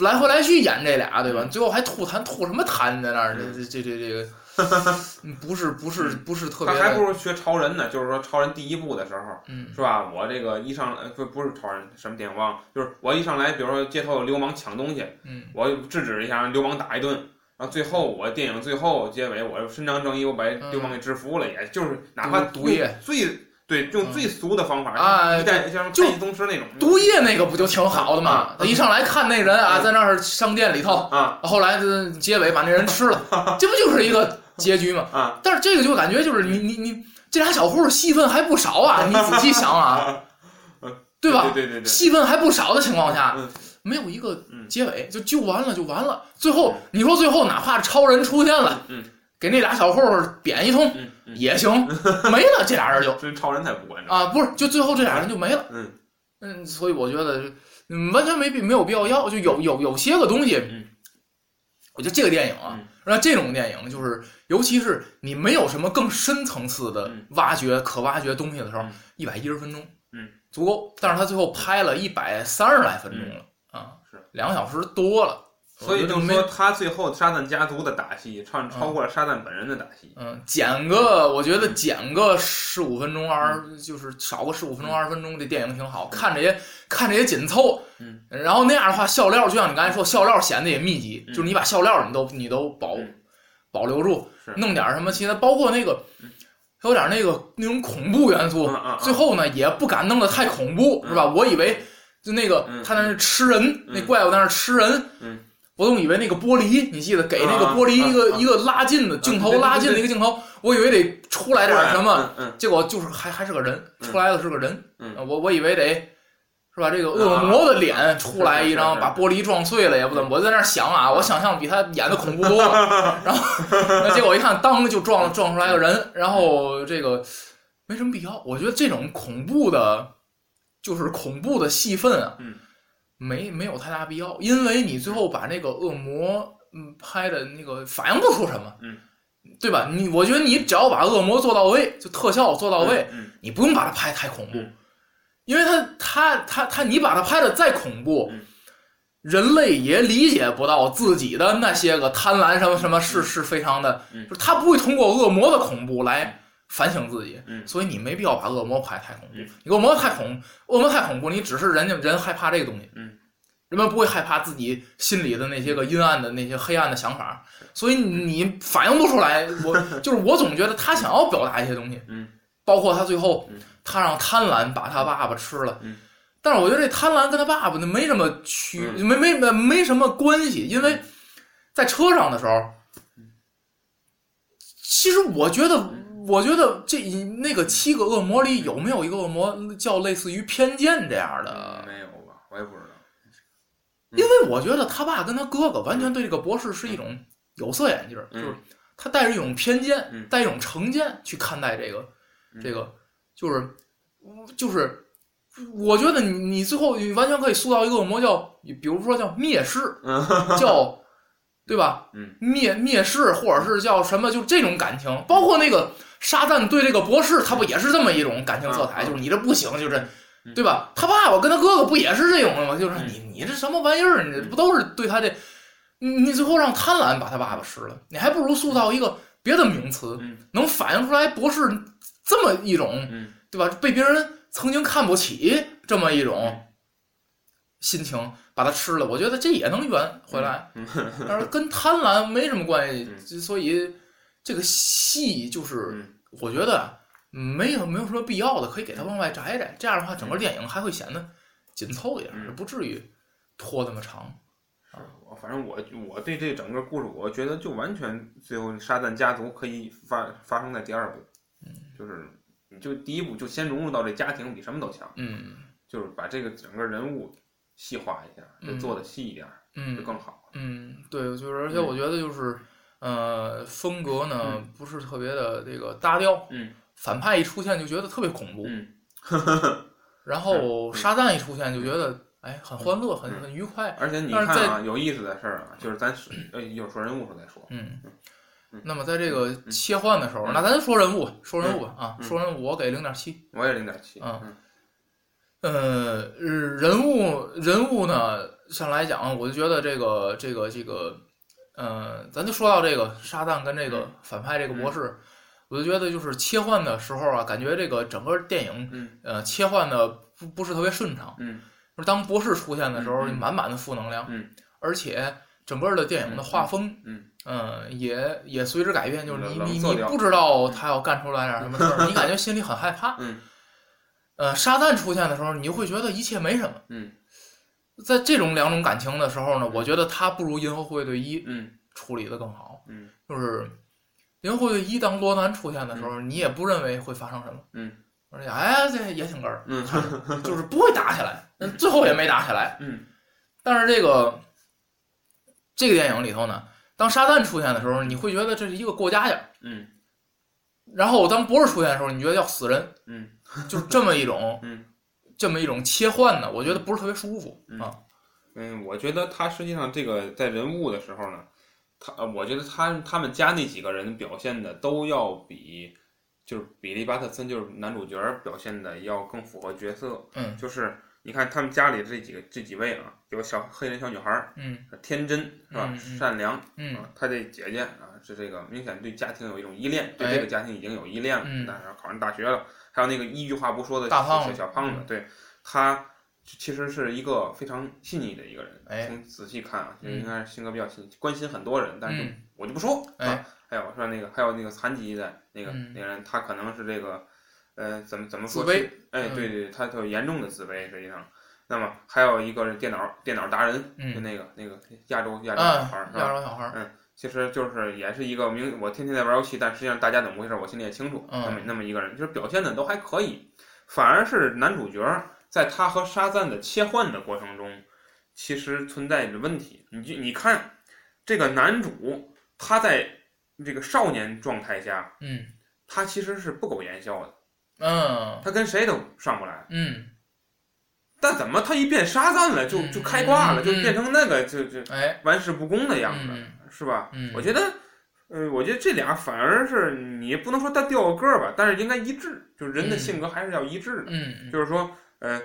Speaker 1: 来回来去演这俩，对吧？
Speaker 2: 嗯
Speaker 1: 最后还吐痰，吐什么痰在那儿？这这这这这个
Speaker 2: <laughs>
Speaker 1: 嗯不是不是不是特
Speaker 2: 他
Speaker 1: 别
Speaker 2: 还不
Speaker 1: 的，
Speaker 2: 如学超人呢，就是说超人第一部的时候。
Speaker 1: 嗯
Speaker 2: 是吧？我这个一上来呃不不是超人什么电影忘了，就是我一上来，比如说街头有流氓抢东西，
Speaker 1: 嗯
Speaker 2: 我制止一下，让流氓打一顿，然后最后我电影最后结尾，我伸张正义，我把流氓给制服了，也就是哪怕
Speaker 1: 嗯毒毒液
Speaker 2: 用最对用最俗的方法，
Speaker 1: 啊
Speaker 2: 一代像
Speaker 1: 就
Speaker 2: 太极宗师那种
Speaker 1: 毒液那个不就挺好的吗
Speaker 2: 嗯？
Speaker 1: 他一上来看那人啊，在那儿商店里头。
Speaker 2: 啊
Speaker 1: 后来这结尾把那人吃
Speaker 2: <laughs>
Speaker 1: 了，这不就是一个结局吗？
Speaker 2: 啊，
Speaker 1: 但是这个就感觉就是你你你这俩小混混戏份还不
Speaker 2: <laughs>
Speaker 1: 少啊，你仔细想啊，对吧？
Speaker 2: 对对对对，
Speaker 1: 戏份还不少的情况下
Speaker 2: 嗯，
Speaker 1: 没有一个
Speaker 2: 嗯
Speaker 1: 结尾，就就完了就完了。最后你说最后哪怕超人出现了，
Speaker 2: 嗯嗯
Speaker 1: 给那俩小混混扁一通
Speaker 2: 嗯
Speaker 1: <laughs>
Speaker 2: 嗯，
Speaker 1: 也行，没了这俩人就
Speaker 2: 真超人才不管呢，
Speaker 1: 啊，不是，就最后这俩人就没了。
Speaker 2: 嗯
Speaker 1: 嗯所以我觉得，嗯，完全没必没有必要要，就有有有些个东西，
Speaker 2: 嗯
Speaker 1: 我觉得这个电影啊
Speaker 2: 嗯，
Speaker 1: 那、这种电影就是，尤其是你没有什么更深层次的
Speaker 2: 嗯
Speaker 1: 挖掘、可挖掘东西的时候
Speaker 2: 嗯，
Speaker 1: 一百一十分钟，
Speaker 2: 嗯，
Speaker 1: 足够。但是他最后拍了一百三十来分钟了、啊，
Speaker 2: 嗯是
Speaker 1: 两个小时多了，
Speaker 2: 所以
Speaker 1: 我
Speaker 2: 就
Speaker 1: 觉得
Speaker 2: 是
Speaker 1: 没
Speaker 2: 说他最后沙赞家族的打戏，超超过了沙赞本人的打戏，
Speaker 1: 嗯，剪个，我觉得剪个十五分钟二，
Speaker 2: 嗯
Speaker 1: 十，就是少个十五分钟二十分钟，这电影挺好看着也看着也紧凑。
Speaker 2: 嗯，
Speaker 1: 然后那样的话，笑料就像你刚才说，笑料显得也密集，
Speaker 2: 嗯
Speaker 1: 就是你把笑料你都你都保
Speaker 2: 嗯
Speaker 1: 保留住
Speaker 2: 是，
Speaker 1: 弄点什么其他，包括那个
Speaker 2: 嗯
Speaker 1: 有点那个那种恐怖元素
Speaker 2: 嗯嗯嗯。
Speaker 1: 最后呢，也不敢弄得太恐怖，
Speaker 2: 嗯
Speaker 1: 是吧？我以为就那个
Speaker 2: 嗯
Speaker 1: 他在那吃人，那怪物在那吃人
Speaker 2: 嗯，
Speaker 1: 我总以为那个玻璃，你记得给那个玻璃一
Speaker 2: 啊啊
Speaker 1: 个
Speaker 2: 啊
Speaker 1: 一个拉近的镜头，
Speaker 2: 对对对
Speaker 1: 拉近的一个镜头，我以为得出来点什么，？
Speaker 2: 嗯
Speaker 1: 结果就是还还是个人，
Speaker 2: 嗯
Speaker 1: 出来的是个人，
Speaker 2: 嗯啊
Speaker 1: 呃我我以为得是吧？这个恶魔的脸出来一
Speaker 2: 是是
Speaker 1: 张，
Speaker 2: 是嗯
Speaker 1: 把玻璃撞碎了也不怎么，我在那儿想啊，我想象比他演的恐怖多
Speaker 2: <laughs>
Speaker 1: 了。然后那结果一看，当就撞撞出来个人，然后这个没什么必要。我觉得这种恐怖的，就是恐怖的戏份啊，
Speaker 2: 嗯
Speaker 1: 没没有太大必要，因为你最后把那个恶魔嗯拍的那个反映不出什么，
Speaker 2: 嗯。
Speaker 1: 对吧？你我觉得你只要把恶魔做到位，就特效做到
Speaker 2: 嗯
Speaker 1: 位，
Speaker 2: 嗯
Speaker 1: 你不用把它拍太恐怖，
Speaker 2: 嗯
Speaker 1: 因为它它它它，你把它拍的再恐怖，
Speaker 2: 嗯
Speaker 1: 人类也理解不到自己的那些个贪婪什么什么是是非常的，
Speaker 2: 嗯
Speaker 1: 就是他不会通过恶魔的恐怖来反省自己，
Speaker 2: 嗯
Speaker 1: 所以你没必要把恶魔拍太恐怖，
Speaker 2: 嗯
Speaker 1: 你恶魔太恐恶魔太恐怖，你只是人家人害怕这个东西，
Speaker 2: 嗯
Speaker 1: 人们不会害怕自己心里的那些个阴暗的那些黑暗的想法，
Speaker 2: 嗯
Speaker 1: 所以你反映不出来。
Speaker 2: <laughs>
Speaker 1: 我就是我总觉得他想要表达一些东西，
Speaker 2: 嗯，
Speaker 1: 包括他最后
Speaker 2: 嗯
Speaker 1: 他让贪婪把他爸爸吃了，
Speaker 2: 嗯，
Speaker 1: 但是我觉得这贪婪跟他爸爸那没什么区，
Speaker 2: 嗯
Speaker 1: 没没没没什么关系，因为在车上的时候，其实我觉得。我觉得这那个七个恶魔里有没有一个恶魔叫类似于偏见这样的
Speaker 2: 嗯没有吧？我也不知道。
Speaker 1: 因为我觉得他爸跟他哥哥完全对这个博士是一种有色眼镜儿，
Speaker 2: 嗯
Speaker 1: 就是他带着一种偏见，
Speaker 2: 嗯
Speaker 1: 带一种成见去看待这个，
Speaker 2: 嗯
Speaker 1: 这个就是就是，我觉得你你最后你完全可以塑造一个恶魔叫，比如说叫蔑视，
Speaker 2: <laughs>
Speaker 1: 叫对吧？
Speaker 2: 嗯，
Speaker 1: 蔑蔑视或者是叫什么，就这种感情，包括那个沙赞对这个博士，他不也是这么一种感情色彩？
Speaker 2: 嗯嗯
Speaker 1: 就是你这不行，就是
Speaker 2: 嗯
Speaker 1: 对吧？他爸爸跟他哥哥不也是这种的吗？就是
Speaker 2: 嗯
Speaker 1: 你你这什么玩意儿？你这不都是对他这，你你最后让贪婪把他爸爸吃了，你还不如塑造一个别的名词，
Speaker 2: 嗯
Speaker 1: 能反映出来博士这么一种
Speaker 2: 嗯
Speaker 1: 对吧？被别人曾经看不起这么一种心情，把它吃了，我觉得这也能圆回来，但是跟贪婪没什么关系，
Speaker 2: 嗯
Speaker 1: 就所以这个戏就是
Speaker 2: 嗯
Speaker 1: 我觉得没有没有什么必要的，可以给它往外摘摘，这样的话整个电影还会显得紧凑一点，
Speaker 2: 嗯
Speaker 1: 不至于拖那么长。
Speaker 2: 我反正我我对这整个故事，我觉得就完全最后沙赞家族可以发发生在第二部，
Speaker 1: 嗯
Speaker 2: 就是你就第一步就先融入到这家庭，比什么都强，
Speaker 1: 嗯
Speaker 2: 就是把这个整个人物细化一下，就
Speaker 1: 嗯
Speaker 2: 做的细一点就
Speaker 1: 嗯
Speaker 2: 更好。
Speaker 1: 嗯，对，就是而且我觉得就是。呃，风格呢不是特别的这个搭调，
Speaker 2: 嗯
Speaker 1: 反派一出现就觉得特别恐怖，
Speaker 2: 嗯，
Speaker 1: 然后
Speaker 2: 嗯
Speaker 1: 沙赞一出现就觉得哎很欢乐，很
Speaker 2: 嗯
Speaker 1: 很愉快。
Speaker 2: 而且你
Speaker 1: 但
Speaker 2: 看
Speaker 1: 是
Speaker 2: 啊，有意思的事儿啊，就是咱是呃一会儿说人物时候再说，
Speaker 1: 嗯
Speaker 2: 嗯，
Speaker 1: 那么在这个
Speaker 2: 嗯
Speaker 1: 切换的时候，
Speaker 2: 嗯
Speaker 1: 那咱说人物，说人物吧啊，
Speaker 2: 嗯
Speaker 1: 说人物我给零点七。
Speaker 2: 我也零点七，
Speaker 1: 啊
Speaker 2: 嗯
Speaker 1: 呃，人物人物呢上来讲，我就觉得这个这个这个，呃，咱就说到这个沙赞跟这个
Speaker 2: 嗯
Speaker 1: 反派这个博士，我就觉得就是切换的时候啊，感觉这个整个电影
Speaker 2: 嗯
Speaker 1: 呃切换的不不是特别顺畅。
Speaker 2: 嗯
Speaker 1: 就是当博士出现的时候，
Speaker 2: 嗯嗯
Speaker 1: 满满的负能量，
Speaker 2: 嗯
Speaker 1: 而且整个的电影的画风，
Speaker 2: 嗯
Speaker 1: 呃也也随之改变，就是你
Speaker 2: 冷
Speaker 1: 你
Speaker 2: 色
Speaker 1: 你
Speaker 2: 调
Speaker 1: 不知道他要干出来点什么事儿，你感觉心里很害怕。
Speaker 2: 嗯
Speaker 1: 呃，沙赞出现的时候，你就会觉得一切没什么。
Speaker 2: 嗯
Speaker 1: 在这种两种感情的时候呢，我觉得他不如《银河护卫队一》
Speaker 2: 嗯
Speaker 1: 处理的更好。
Speaker 2: 嗯
Speaker 1: 就是《银河护卫队一》当罗南出现的时候，你也不认为会发生什么。
Speaker 2: 嗯，
Speaker 1: 而且哎，这也挺哏儿，
Speaker 2: 嗯
Speaker 1: 就是不会打起
Speaker 2: <laughs>
Speaker 1: 来，但最后也没打起来。
Speaker 2: 嗯
Speaker 1: 但是这个这个电影里头呢，当沙旦出现的时候，你会觉得这是一个过家家； <laughs>
Speaker 2: 嗯
Speaker 1: 然后当博士出现的时候，你觉得要死人，
Speaker 2: 嗯，
Speaker 1: 就是这么一种
Speaker 2: <laughs> 嗯，
Speaker 1: 这么一种切换呢，我觉得不是特别舒服、
Speaker 2: 嗯
Speaker 1: 啊。
Speaker 2: 嗯，我觉得他实际上这个在人物的时候呢，他呃我觉得他他们家那几个人表现的都要比就是比利巴特森就是男主角表现的要更符合角色，
Speaker 1: 嗯
Speaker 2: 就是你看他们家里这几个这几位啊，有小黑人小女孩儿，
Speaker 1: 嗯
Speaker 2: 天真是吧，
Speaker 1: 嗯嗯
Speaker 2: 善良
Speaker 1: 嗯
Speaker 2: 啊，他这姐姐啊是这个明显对家庭有一种依恋，对这个家庭已经有依恋了，
Speaker 1: 哎嗯
Speaker 2: 但是考上大学了，还有那个一句话不说的
Speaker 1: 大
Speaker 2: 小
Speaker 1: 胖
Speaker 2: 小
Speaker 1: 子嗯
Speaker 2: 小胖子，对他其实是一个非常细腻的一个人，
Speaker 1: 哎
Speaker 2: 从仔细看啊，就
Speaker 1: 嗯
Speaker 2: 应该是性格比较细，腻，关心很多人，但是
Speaker 1: 嗯
Speaker 2: 我就不说，
Speaker 1: 哎
Speaker 2: 啊，还有说那个还有那个残疾的那个、
Speaker 1: 嗯
Speaker 2: 那个人，他可能是这个呃怎么怎么说
Speaker 1: 自卑
Speaker 2: 是？哎，
Speaker 1: 嗯
Speaker 2: 对对，他有严重的自卑实际上。那么还有一个是电脑电脑达人，
Speaker 1: 嗯
Speaker 2: 就那个那个亚洲亚洲小孩儿
Speaker 1: 嗯，
Speaker 2: 是
Speaker 1: 亚
Speaker 2: 吧？
Speaker 1: 洲小孩儿，
Speaker 2: 其实就是也是一个明，我天天在玩游戏，但实际上大家怎么回事，我心里也清楚。
Speaker 1: 嗯
Speaker 2: 那么那么一个人，就是表现的都还可以，反而是男主角在他和沙赞的切换的过程中，其实存在着问题。你就你看，这个男主他在这个少年状态下，
Speaker 1: 嗯
Speaker 2: 他其实是不苟言笑的，
Speaker 1: 嗯
Speaker 2: 他跟谁都上不来。
Speaker 1: 嗯，
Speaker 2: 但怎么他一变沙赞了，就
Speaker 1: 嗯
Speaker 2: 就开挂了，
Speaker 1: 嗯
Speaker 2: 就变成那个就就
Speaker 1: 哎，
Speaker 2: 玩世不恭的样子，
Speaker 1: 嗯
Speaker 2: 是吧？
Speaker 1: 嗯
Speaker 2: 我觉得，呃，我觉得这俩反而是你不能说它掉个儿吧，但是应该一致，就是人的
Speaker 1: 嗯
Speaker 2: 性格还是要一致的，
Speaker 1: 嗯
Speaker 2: 就是说，呃，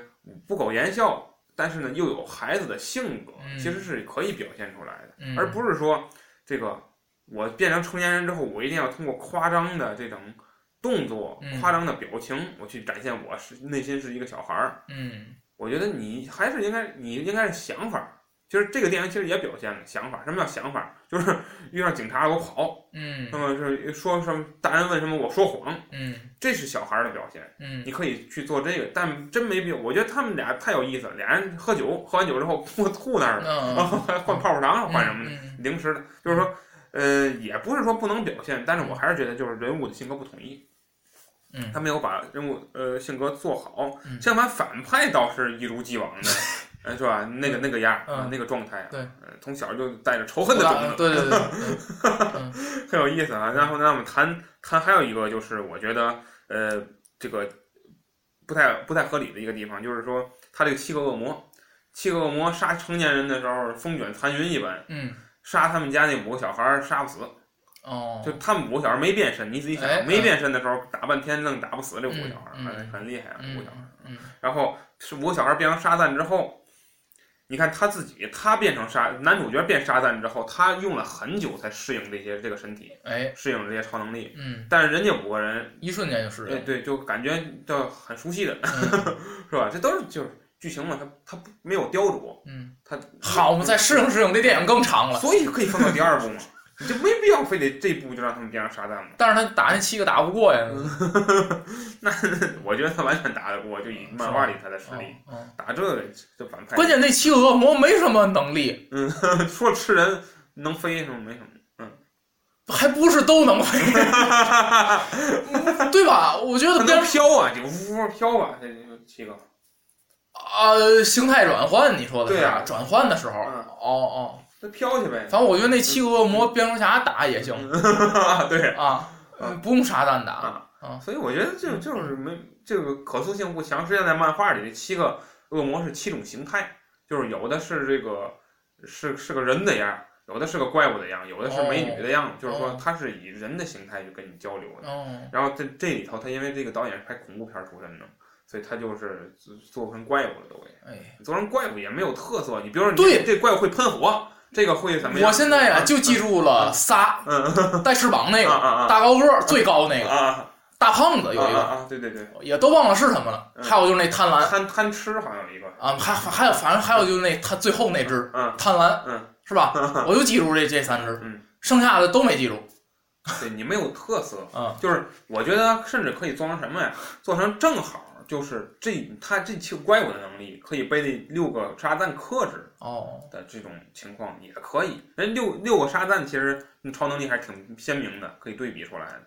Speaker 2: 不苟言笑，但是呢又有孩子的性格，
Speaker 1: 嗯
Speaker 2: 其实是可以表现出来的，
Speaker 1: 嗯，
Speaker 2: 而不是说这个我变成成年人之后，我一定要通过夸张的这种。动作
Speaker 1: 嗯、
Speaker 2: 夸张的表情，我去展现我是内心是一个小孩儿。
Speaker 1: 嗯
Speaker 2: 我觉得你还是应该，你应该是想法儿。就是这个电影其实也表现了想法儿。什么叫想法儿？就是 <laughs> 遇上警察我跑，
Speaker 1: 嗯
Speaker 2: 那么是说什么大人问什么我说谎，
Speaker 1: 嗯
Speaker 2: 这是小孩儿的表现。
Speaker 1: 嗯
Speaker 2: 你可以去做这个，但真没必要。我觉得他们俩太有意思了，俩人喝酒，喝完酒之后吐吐那儿了，
Speaker 1: 嗯，
Speaker 2: 然后还换泡泡糖，啊换什么的
Speaker 1: 的，
Speaker 2: 零食的，就是说。呃，也不是说不能表现，但是我还是觉得就是人物的性格不统一，
Speaker 1: 嗯
Speaker 2: 他没有把人物呃性格做好，
Speaker 1: 嗯，
Speaker 2: 相反，反派倒是一如既往
Speaker 1: <laughs>
Speaker 2: 的，呃，是吧？那个那个样儿，
Speaker 1: 嗯
Speaker 2: 那个状态啊，
Speaker 1: 对
Speaker 2: 呃，从小就带着仇恨的种子，
Speaker 1: 对对
Speaker 2: <laughs>
Speaker 1: 对，
Speaker 2: 很有意思啊。然后呢，我们谈谈还有一个就是，我觉得呃，这个不太不太合理的一个地方，就是说他这个七个恶魔，七个恶魔杀成年人的时候风卷残云一般，
Speaker 1: 嗯
Speaker 2: 杀他们家那五个小孩儿杀不死，
Speaker 1: 哦，
Speaker 2: 就他们五个小孩儿没变身，你仔细
Speaker 1: 哎
Speaker 2: 想，没变身的时候打半天愣打不死这五个小孩儿，
Speaker 1: 嗯嗯
Speaker 2: 哎很厉害啊，五个小孩儿。
Speaker 1: 嗯
Speaker 2: 然后是五个小孩变成沙赞之后，你看他自己，他变成沙男主角变沙赞之后，他用了很久才适应这些这个身体，
Speaker 1: 哎
Speaker 2: 适应这些超能力。
Speaker 1: 嗯，
Speaker 2: 但是人家五个人，
Speaker 1: 一瞬间就是
Speaker 2: 对对，就感觉到很熟悉的， <laughs>
Speaker 1: 嗯
Speaker 2: 是吧？这都是就是剧情嘛，他他不没有雕琢，
Speaker 1: 嗯，
Speaker 2: 他
Speaker 1: 好嘛，再适应适应，这电影更长了。
Speaker 2: 所以可以放到第二部
Speaker 1: <laughs>
Speaker 2: 嘛，你就没必要非得这一部就让他们变成沙赞嘛。 <laughs>
Speaker 1: 但是他打那七个打不过呀，
Speaker 2: 我觉得他完全打得过，就以漫画里他的实力
Speaker 1: 嗯嗯
Speaker 2: 打这个这反派，
Speaker 1: 关键那七个恶魔没什么能力，
Speaker 2: <laughs> 说吃人能飞什么没什么。
Speaker 1: 还不是都
Speaker 2: <laughs>
Speaker 1: 能飞，对吧？我 <laughs> 觉得
Speaker 2: 它能
Speaker 1: 边
Speaker 2: 飘啊，就 <laughs> 呜呜飘啊，这就七个。
Speaker 1: 呃形态转换，你说的是
Speaker 2: 对啊
Speaker 1: 吧转换的时候，
Speaker 2: 嗯
Speaker 1: 哦哦，
Speaker 2: 那飘去呗。
Speaker 1: 反正我觉得那七个恶魔蝙蝠侠打也行
Speaker 2: 啊，对
Speaker 1: 啊，嗯不用沙赞打，
Speaker 2: 啊，所以我觉得就就是没这个可塑性不强。实际上在漫画里，这七个恶魔是七种形态，就是有的是这个是是个人的样儿，有的是个怪物的样儿，有的是美女的样子，就是说
Speaker 1: 哦
Speaker 2: 它是以人的形态去跟你交流的。
Speaker 1: 哦，
Speaker 2: 然后这这里头，他因为这个导演是拍恐怖片儿出身的，所以他就是做做成怪物了都给。
Speaker 1: 哎，
Speaker 2: 做成怪物也没有特色，你比如说你
Speaker 1: 对
Speaker 2: 这怪物会喷火，这个会怎么样？
Speaker 1: 我现在呀
Speaker 2: 啊
Speaker 1: 就记住了仨，带翅膀那
Speaker 2: 啊
Speaker 1: 个，
Speaker 2: 啊啊
Speaker 1: 大高个儿最高那个，
Speaker 2: 啊
Speaker 1: 大胖子
Speaker 2: 啊
Speaker 1: 有一个，
Speaker 2: 啊！对对对，
Speaker 1: 也都忘了是什么了，
Speaker 2: 嗯
Speaker 1: 还有就是那贪婪。
Speaker 2: 贪贪吃好像有一个，
Speaker 1: 啊，还还有，反正还有就是那他最后那只
Speaker 2: 嗯，
Speaker 1: 贪婪，
Speaker 2: 嗯，
Speaker 1: 是
Speaker 2: <laughs>
Speaker 1: 吧？我就记住这这三只，
Speaker 2: 嗯，
Speaker 1: 剩下的都没记住，
Speaker 2: 对你没有特色，
Speaker 1: 嗯，
Speaker 2: 就是我觉得甚至可以做成什么呀？做成正好就是这他这七个怪物的能力可以被那六个沙赞克制
Speaker 1: 哦，
Speaker 2: 的这种情况也可以。人六六个沙赞其实超能力还是挺鲜明的，可以对比出来的。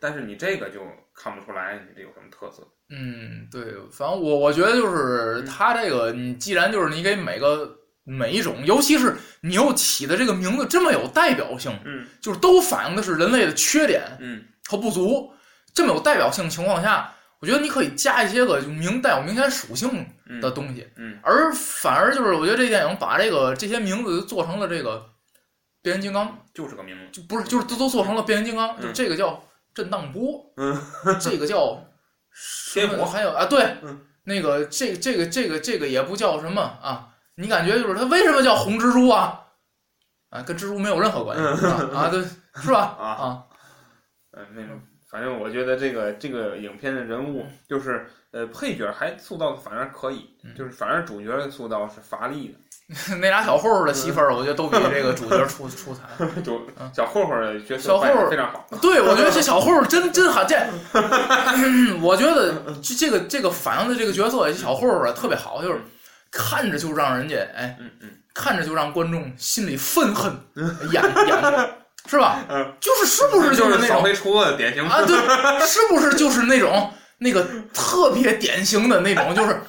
Speaker 2: 但是你这个就看不出来，你这有什么特色？
Speaker 1: 嗯，对，反正我我觉得就是他这个，你既然就是你给每个每一种，尤其是你又起的这个名字这么有代表性，
Speaker 2: 嗯
Speaker 1: 就是都反映的是人类的缺点
Speaker 2: 嗯
Speaker 1: 和不足，这么有代表性情况下，我觉得你可以加一些个就明带有明显属性
Speaker 2: 嗯
Speaker 1: 的东西，
Speaker 2: 嗯
Speaker 1: 而反而就是我觉得这电影把这个这些名字做成了这个变形金刚。
Speaker 2: 就是个名字。
Speaker 1: 就不是，就是都都做成了变形金刚，
Speaker 2: 嗯
Speaker 1: 就这个叫震荡波，
Speaker 2: 嗯，
Speaker 1: <laughs> 这个叫
Speaker 2: <laughs> 天火
Speaker 1: 还有啊，对，
Speaker 2: 嗯
Speaker 1: 那个这这个这个这个也不叫什么啊，你感觉就是它为什么叫红蜘蛛啊？啊，跟蜘蛛没有任何关系、
Speaker 2: 嗯
Speaker 1: 啊啊，对，是吧？
Speaker 2: 啊
Speaker 1: 啊， <laughs>
Speaker 2: 嗯，那种，反正我觉得这个这个影片的人物就是呃配角还塑造的反而可以，
Speaker 1: 嗯
Speaker 2: 就是反而主角的塑造是乏力的，
Speaker 1: 那俩小混混的媳妇儿，我觉得都比这个主角出出彩。
Speaker 2: 就
Speaker 1: 嗯
Speaker 2: 小混混儿的角色
Speaker 1: 小混
Speaker 2: 扮
Speaker 1: 混
Speaker 2: 演
Speaker 1: 儿
Speaker 2: 非常好，
Speaker 1: 对，我觉得这小混混真真好，这， <laughs> 嗯我觉得这这个这个反映的这个角色，这小混混啊特别好，就是看着就让人家哎，
Speaker 2: 嗯嗯，
Speaker 1: 看着就让观众心里愤恨，演演的是吧
Speaker 2: 嗯？
Speaker 1: 就是是不是
Speaker 2: 就
Speaker 1: 就是
Speaker 2: 是
Speaker 1: 那
Speaker 2: 扫
Speaker 1: 种
Speaker 2: 黑除恶的典型
Speaker 1: 啊？对，是不是就是那种那个特别典型的那种，就是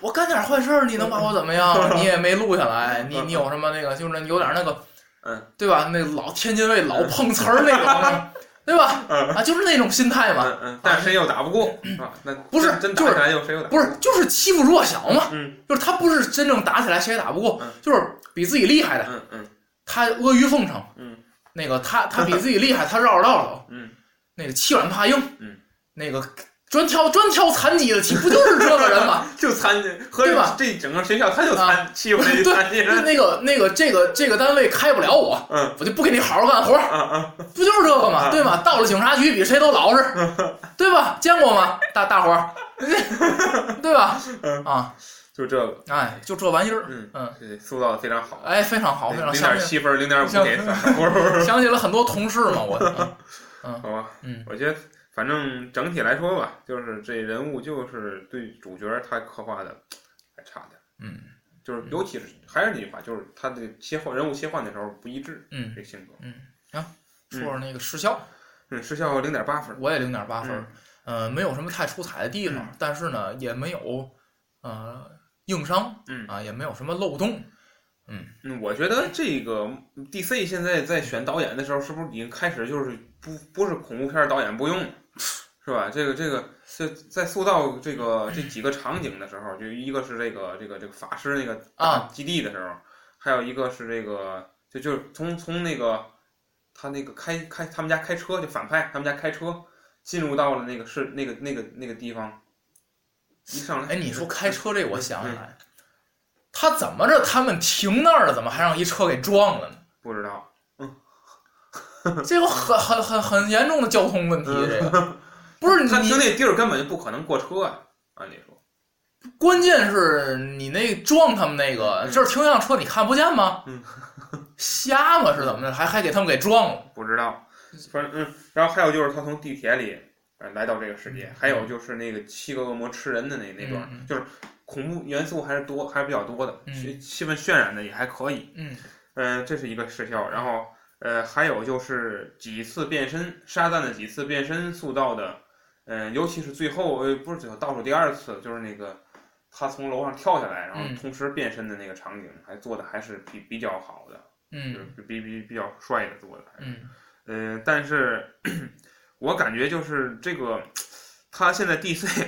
Speaker 1: 我干点坏事儿，你能把我怎么样？你也没录下来，你你有什么那个，就是有点那个，
Speaker 2: 嗯，
Speaker 1: 对吧？那老天津卫老碰瓷儿那种，对吧？
Speaker 2: 嗯
Speaker 1: 啊，就是那种心态嘛，
Speaker 2: 嗯嗯，但谁又打不过啊？那
Speaker 1: 嗯不是
Speaker 2: 真
Speaker 1: 就
Speaker 2: 打
Speaker 1: 是
Speaker 2: 起来又谁又打？
Speaker 1: 不是，就是欺负弱小嘛，
Speaker 2: 嗯
Speaker 1: 就是他不是真正打起来谁也打不过
Speaker 2: 嗯，
Speaker 1: 就是比自己厉害的，
Speaker 2: 嗯嗯
Speaker 1: 他阿谀奉承，
Speaker 2: 嗯，
Speaker 1: 那个他
Speaker 2: <laughs>
Speaker 1: 他比自己厉害，他绕着道走，
Speaker 2: 嗯
Speaker 1: 那个欺软怕硬，
Speaker 2: 嗯，
Speaker 1: 那个专挑专挑残疾的欺，不就是这个
Speaker 2: <laughs>
Speaker 1: 人吗？
Speaker 2: 就参和
Speaker 1: 对吧
Speaker 2: 这整个学校他就
Speaker 1: 啊
Speaker 2: 参欺负这
Speaker 1: 对，
Speaker 2: 一参进
Speaker 1: 对
Speaker 2: 人，
Speaker 1: 那个那个这个这个单位开不了我，
Speaker 2: 嗯
Speaker 1: 我就不给你好好干活，
Speaker 2: 啊啊，
Speaker 1: 不就是这个吗？
Speaker 2: 啊
Speaker 1: 对吗？到了警察局比谁都老实，
Speaker 2: 嗯 <laughs>
Speaker 1: 对吧？见过吗，大大伙儿？
Speaker 2: <laughs>
Speaker 1: 对吧？
Speaker 2: 嗯
Speaker 1: 啊，
Speaker 2: 就这个，
Speaker 1: 哎，就这玩意儿，
Speaker 2: 嗯
Speaker 1: 嗯，
Speaker 2: 这塑造的非常好，
Speaker 1: 哎，非常好，非常
Speaker 2: 零
Speaker 1: 想
Speaker 2: 点
Speaker 1: 起
Speaker 2: 七分，零点五给三，不是不是，
Speaker 1: 想起了很多同事嘛，
Speaker 2: <laughs>
Speaker 1: 我嗯
Speaker 2: 好吧，
Speaker 1: 嗯
Speaker 2: 我觉得反正整体来说吧，就是这人物就是对主角他刻画的还差点儿，
Speaker 1: 嗯
Speaker 2: 就是尤其是还是那句话，就是他的切换人物切换的时候不一致，
Speaker 1: 嗯
Speaker 2: 这性格，
Speaker 1: 嗯，行，说说那个失效。
Speaker 2: 嗯，失效零点八分，
Speaker 1: 我也零点八分
Speaker 2: 嗯
Speaker 1: 儿，呃，没有什么太出彩的地方，但是呢，也没有呃硬伤，
Speaker 2: 嗯
Speaker 1: 啊，也没有什么漏洞，
Speaker 2: 嗯，我觉得这个 DC 现在在选导演的时候，是不是已经开始就是不不是恐怖片导演不用，是吧？这个这个这在塑造这个这几个场景的时候，就一个是这个这个这个法师那个大
Speaker 1: 啊
Speaker 2: 基地的时候，还有一个是这个就就是从从那个他那个开开他们家开车就反派他们家开车进入到了那个是那个那个那个地方，一上来
Speaker 1: 哎，你说开车这，我想
Speaker 2: 嗯
Speaker 1: 起来，他怎么着？他们停那儿了，怎么还让一车给撞了呢？ <laughs>
Speaker 2: 不知道，
Speaker 1: 这有很很很很严重的交通问题，
Speaker 2: 嗯
Speaker 1: 这个 <laughs> 不是
Speaker 2: 他停
Speaker 1: 你，
Speaker 2: 那地儿根本就不可能过车啊，按理说。
Speaker 1: 关键是你那撞他们那个，这儿停一辆车，你看不见吗
Speaker 2: 嗯？
Speaker 1: 瞎吗？是怎么着？还还给他们给撞了？
Speaker 2: 不知道，反正嗯，然后还有就是他从地铁里呃来到这个世界，还有就是那个七个恶魔吃人的那那段，
Speaker 1: 嗯嗯
Speaker 2: 就是恐怖元素还是多，还是比较多的，
Speaker 1: 嗯
Speaker 2: 气气氛渲染的也还可以，
Speaker 1: 嗯
Speaker 2: 嗯、这是一个失效，然后呃，还有就是几次变身，沙赞的几次变身塑造的，嗯、尤其是最后呃不是最后倒数第二次，就是那个他从楼上跳下来，然后
Speaker 1: 嗯
Speaker 2: 同时变身的那个场景，还做的还是比比较好的，就是
Speaker 1: 嗯
Speaker 2: 比比比较帅的做的，还是。
Speaker 1: 嗯
Speaker 2: 嗯，但是我感觉就是这个，他现在 DC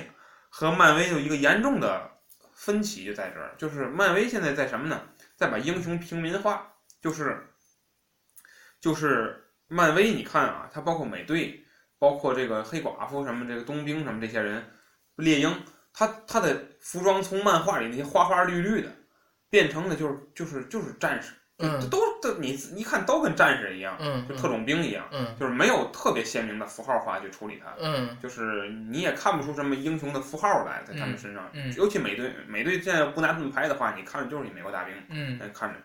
Speaker 2: 和漫威有一个严重的分歧就在这儿，就是漫威现在在什么呢？在把英雄平民化，就是就是漫威，你看啊，它包括美队，包括这个黑寡妇什么这个冬兵什么这些人，猎鹰，他他的服装从漫画里那些花花绿绿的，变成了就是就是就是战士，这
Speaker 1: 嗯
Speaker 2: 都都你一看都跟战士一样。
Speaker 1: 嗯
Speaker 2: 就特种兵一样，
Speaker 1: 嗯
Speaker 2: 就是没有特别鲜明的符号化去处理它，
Speaker 1: 嗯。
Speaker 2: 就是你也看不出什么英雄的符号来在他们身上。
Speaker 1: 嗯嗯
Speaker 2: 尤其美队，美队现在不拿盾牌的话，你看着就是一美国大兵，
Speaker 1: 嗯
Speaker 2: 嗯，看着，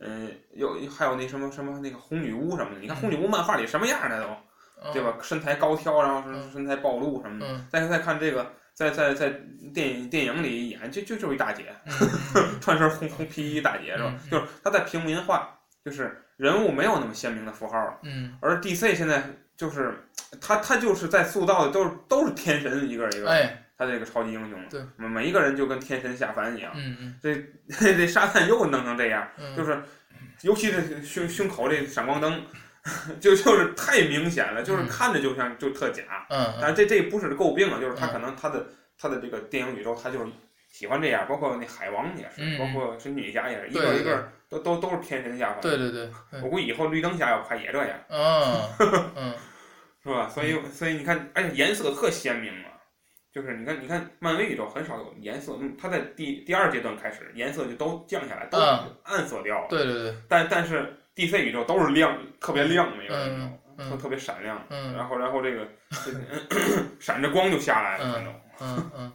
Speaker 2: 嗯、有还有那什么什么那个红女巫什么的，你看
Speaker 1: 嗯
Speaker 2: 红女巫漫画里什么样的都，对？吧？身材高挑，然后是
Speaker 1: 嗯
Speaker 2: 身材暴露什么的。
Speaker 1: 哦嗯，
Speaker 2: 再再看这个，在在在电影电影里演，就就就是一大姐，
Speaker 1: 嗯
Speaker 2: 穿身红红皮衣大姐是吧
Speaker 1: 嗯？嗯
Speaker 2: 就是她在平民化，就是人物没有那么鲜明的符号了。 <laughs>
Speaker 1: 嗯，
Speaker 2: 而 DC 现在就是他，他就是在塑造的都是都是天神一个一
Speaker 1: 嗯
Speaker 2: 个，
Speaker 1: 哎，
Speaker 2: 他这个超级英雄，
Speaker 1: 对，
Speaker 2: 每每一个人就跟天神下凡一样。 <laughs>
Speaker 1: 嗯嗯
Speaker 2: 这这沙赞又弄成这样，
Speaker 1: 嗯，
Speaker 2: 就是尤其是胸胸口这闪光灯， <laughs> 就就是太明显了，就是
Speaker 1: 嗯
Speaker 2: 看着就像就特假。
Speaker 1: 嗯
Speaker 2: 但
Speaker 1: 嗯
Speaker 2: 是这这不是诟病啊，就是他
Speaker 1: 嗯
Speaker 2: 可能他的他的这个电影宇宙他就是喜欢这样，包括那海王也是，
Speaker 1: 嗯
Speaker 2: 包括神女侠也是，一
Speaker 1: 对
Speaker 2: 个
Speaker 1: 对
Speaker 2: 一个都都都是天神下凡。
Speaker 1: 对对对，
Speaker 2: 我估计以后绿灯侠要拍也这样。
Speaker 1: 嗯嗯
Speaker 2: 是吧？所以所以你看，而且颜色特鲜明啊，就是你看你看漫威宇宙很少有颜色，嗯，它在第第二阶段开始颜色就都降下来，都
Speaker 1: 嗯
Speaker 2: 暗色调了，
Speaker 1: 对对对，
Speaker 2: 但但是 DC 宇宙都是亮，特别亮那个宇
Speaker 1: 嗯
Speaker 2: 宙，特
Speaker 1: 嗯
Speaker 2: 特别闪亮，
Speaker 1: 嗯
Speaker 2: 然后然后这个 <clears throat> 这个咳闪着光就下来了，
Speaker 1: 嗯
Speaker 2: 反正
Speaker 1: 嗯嗯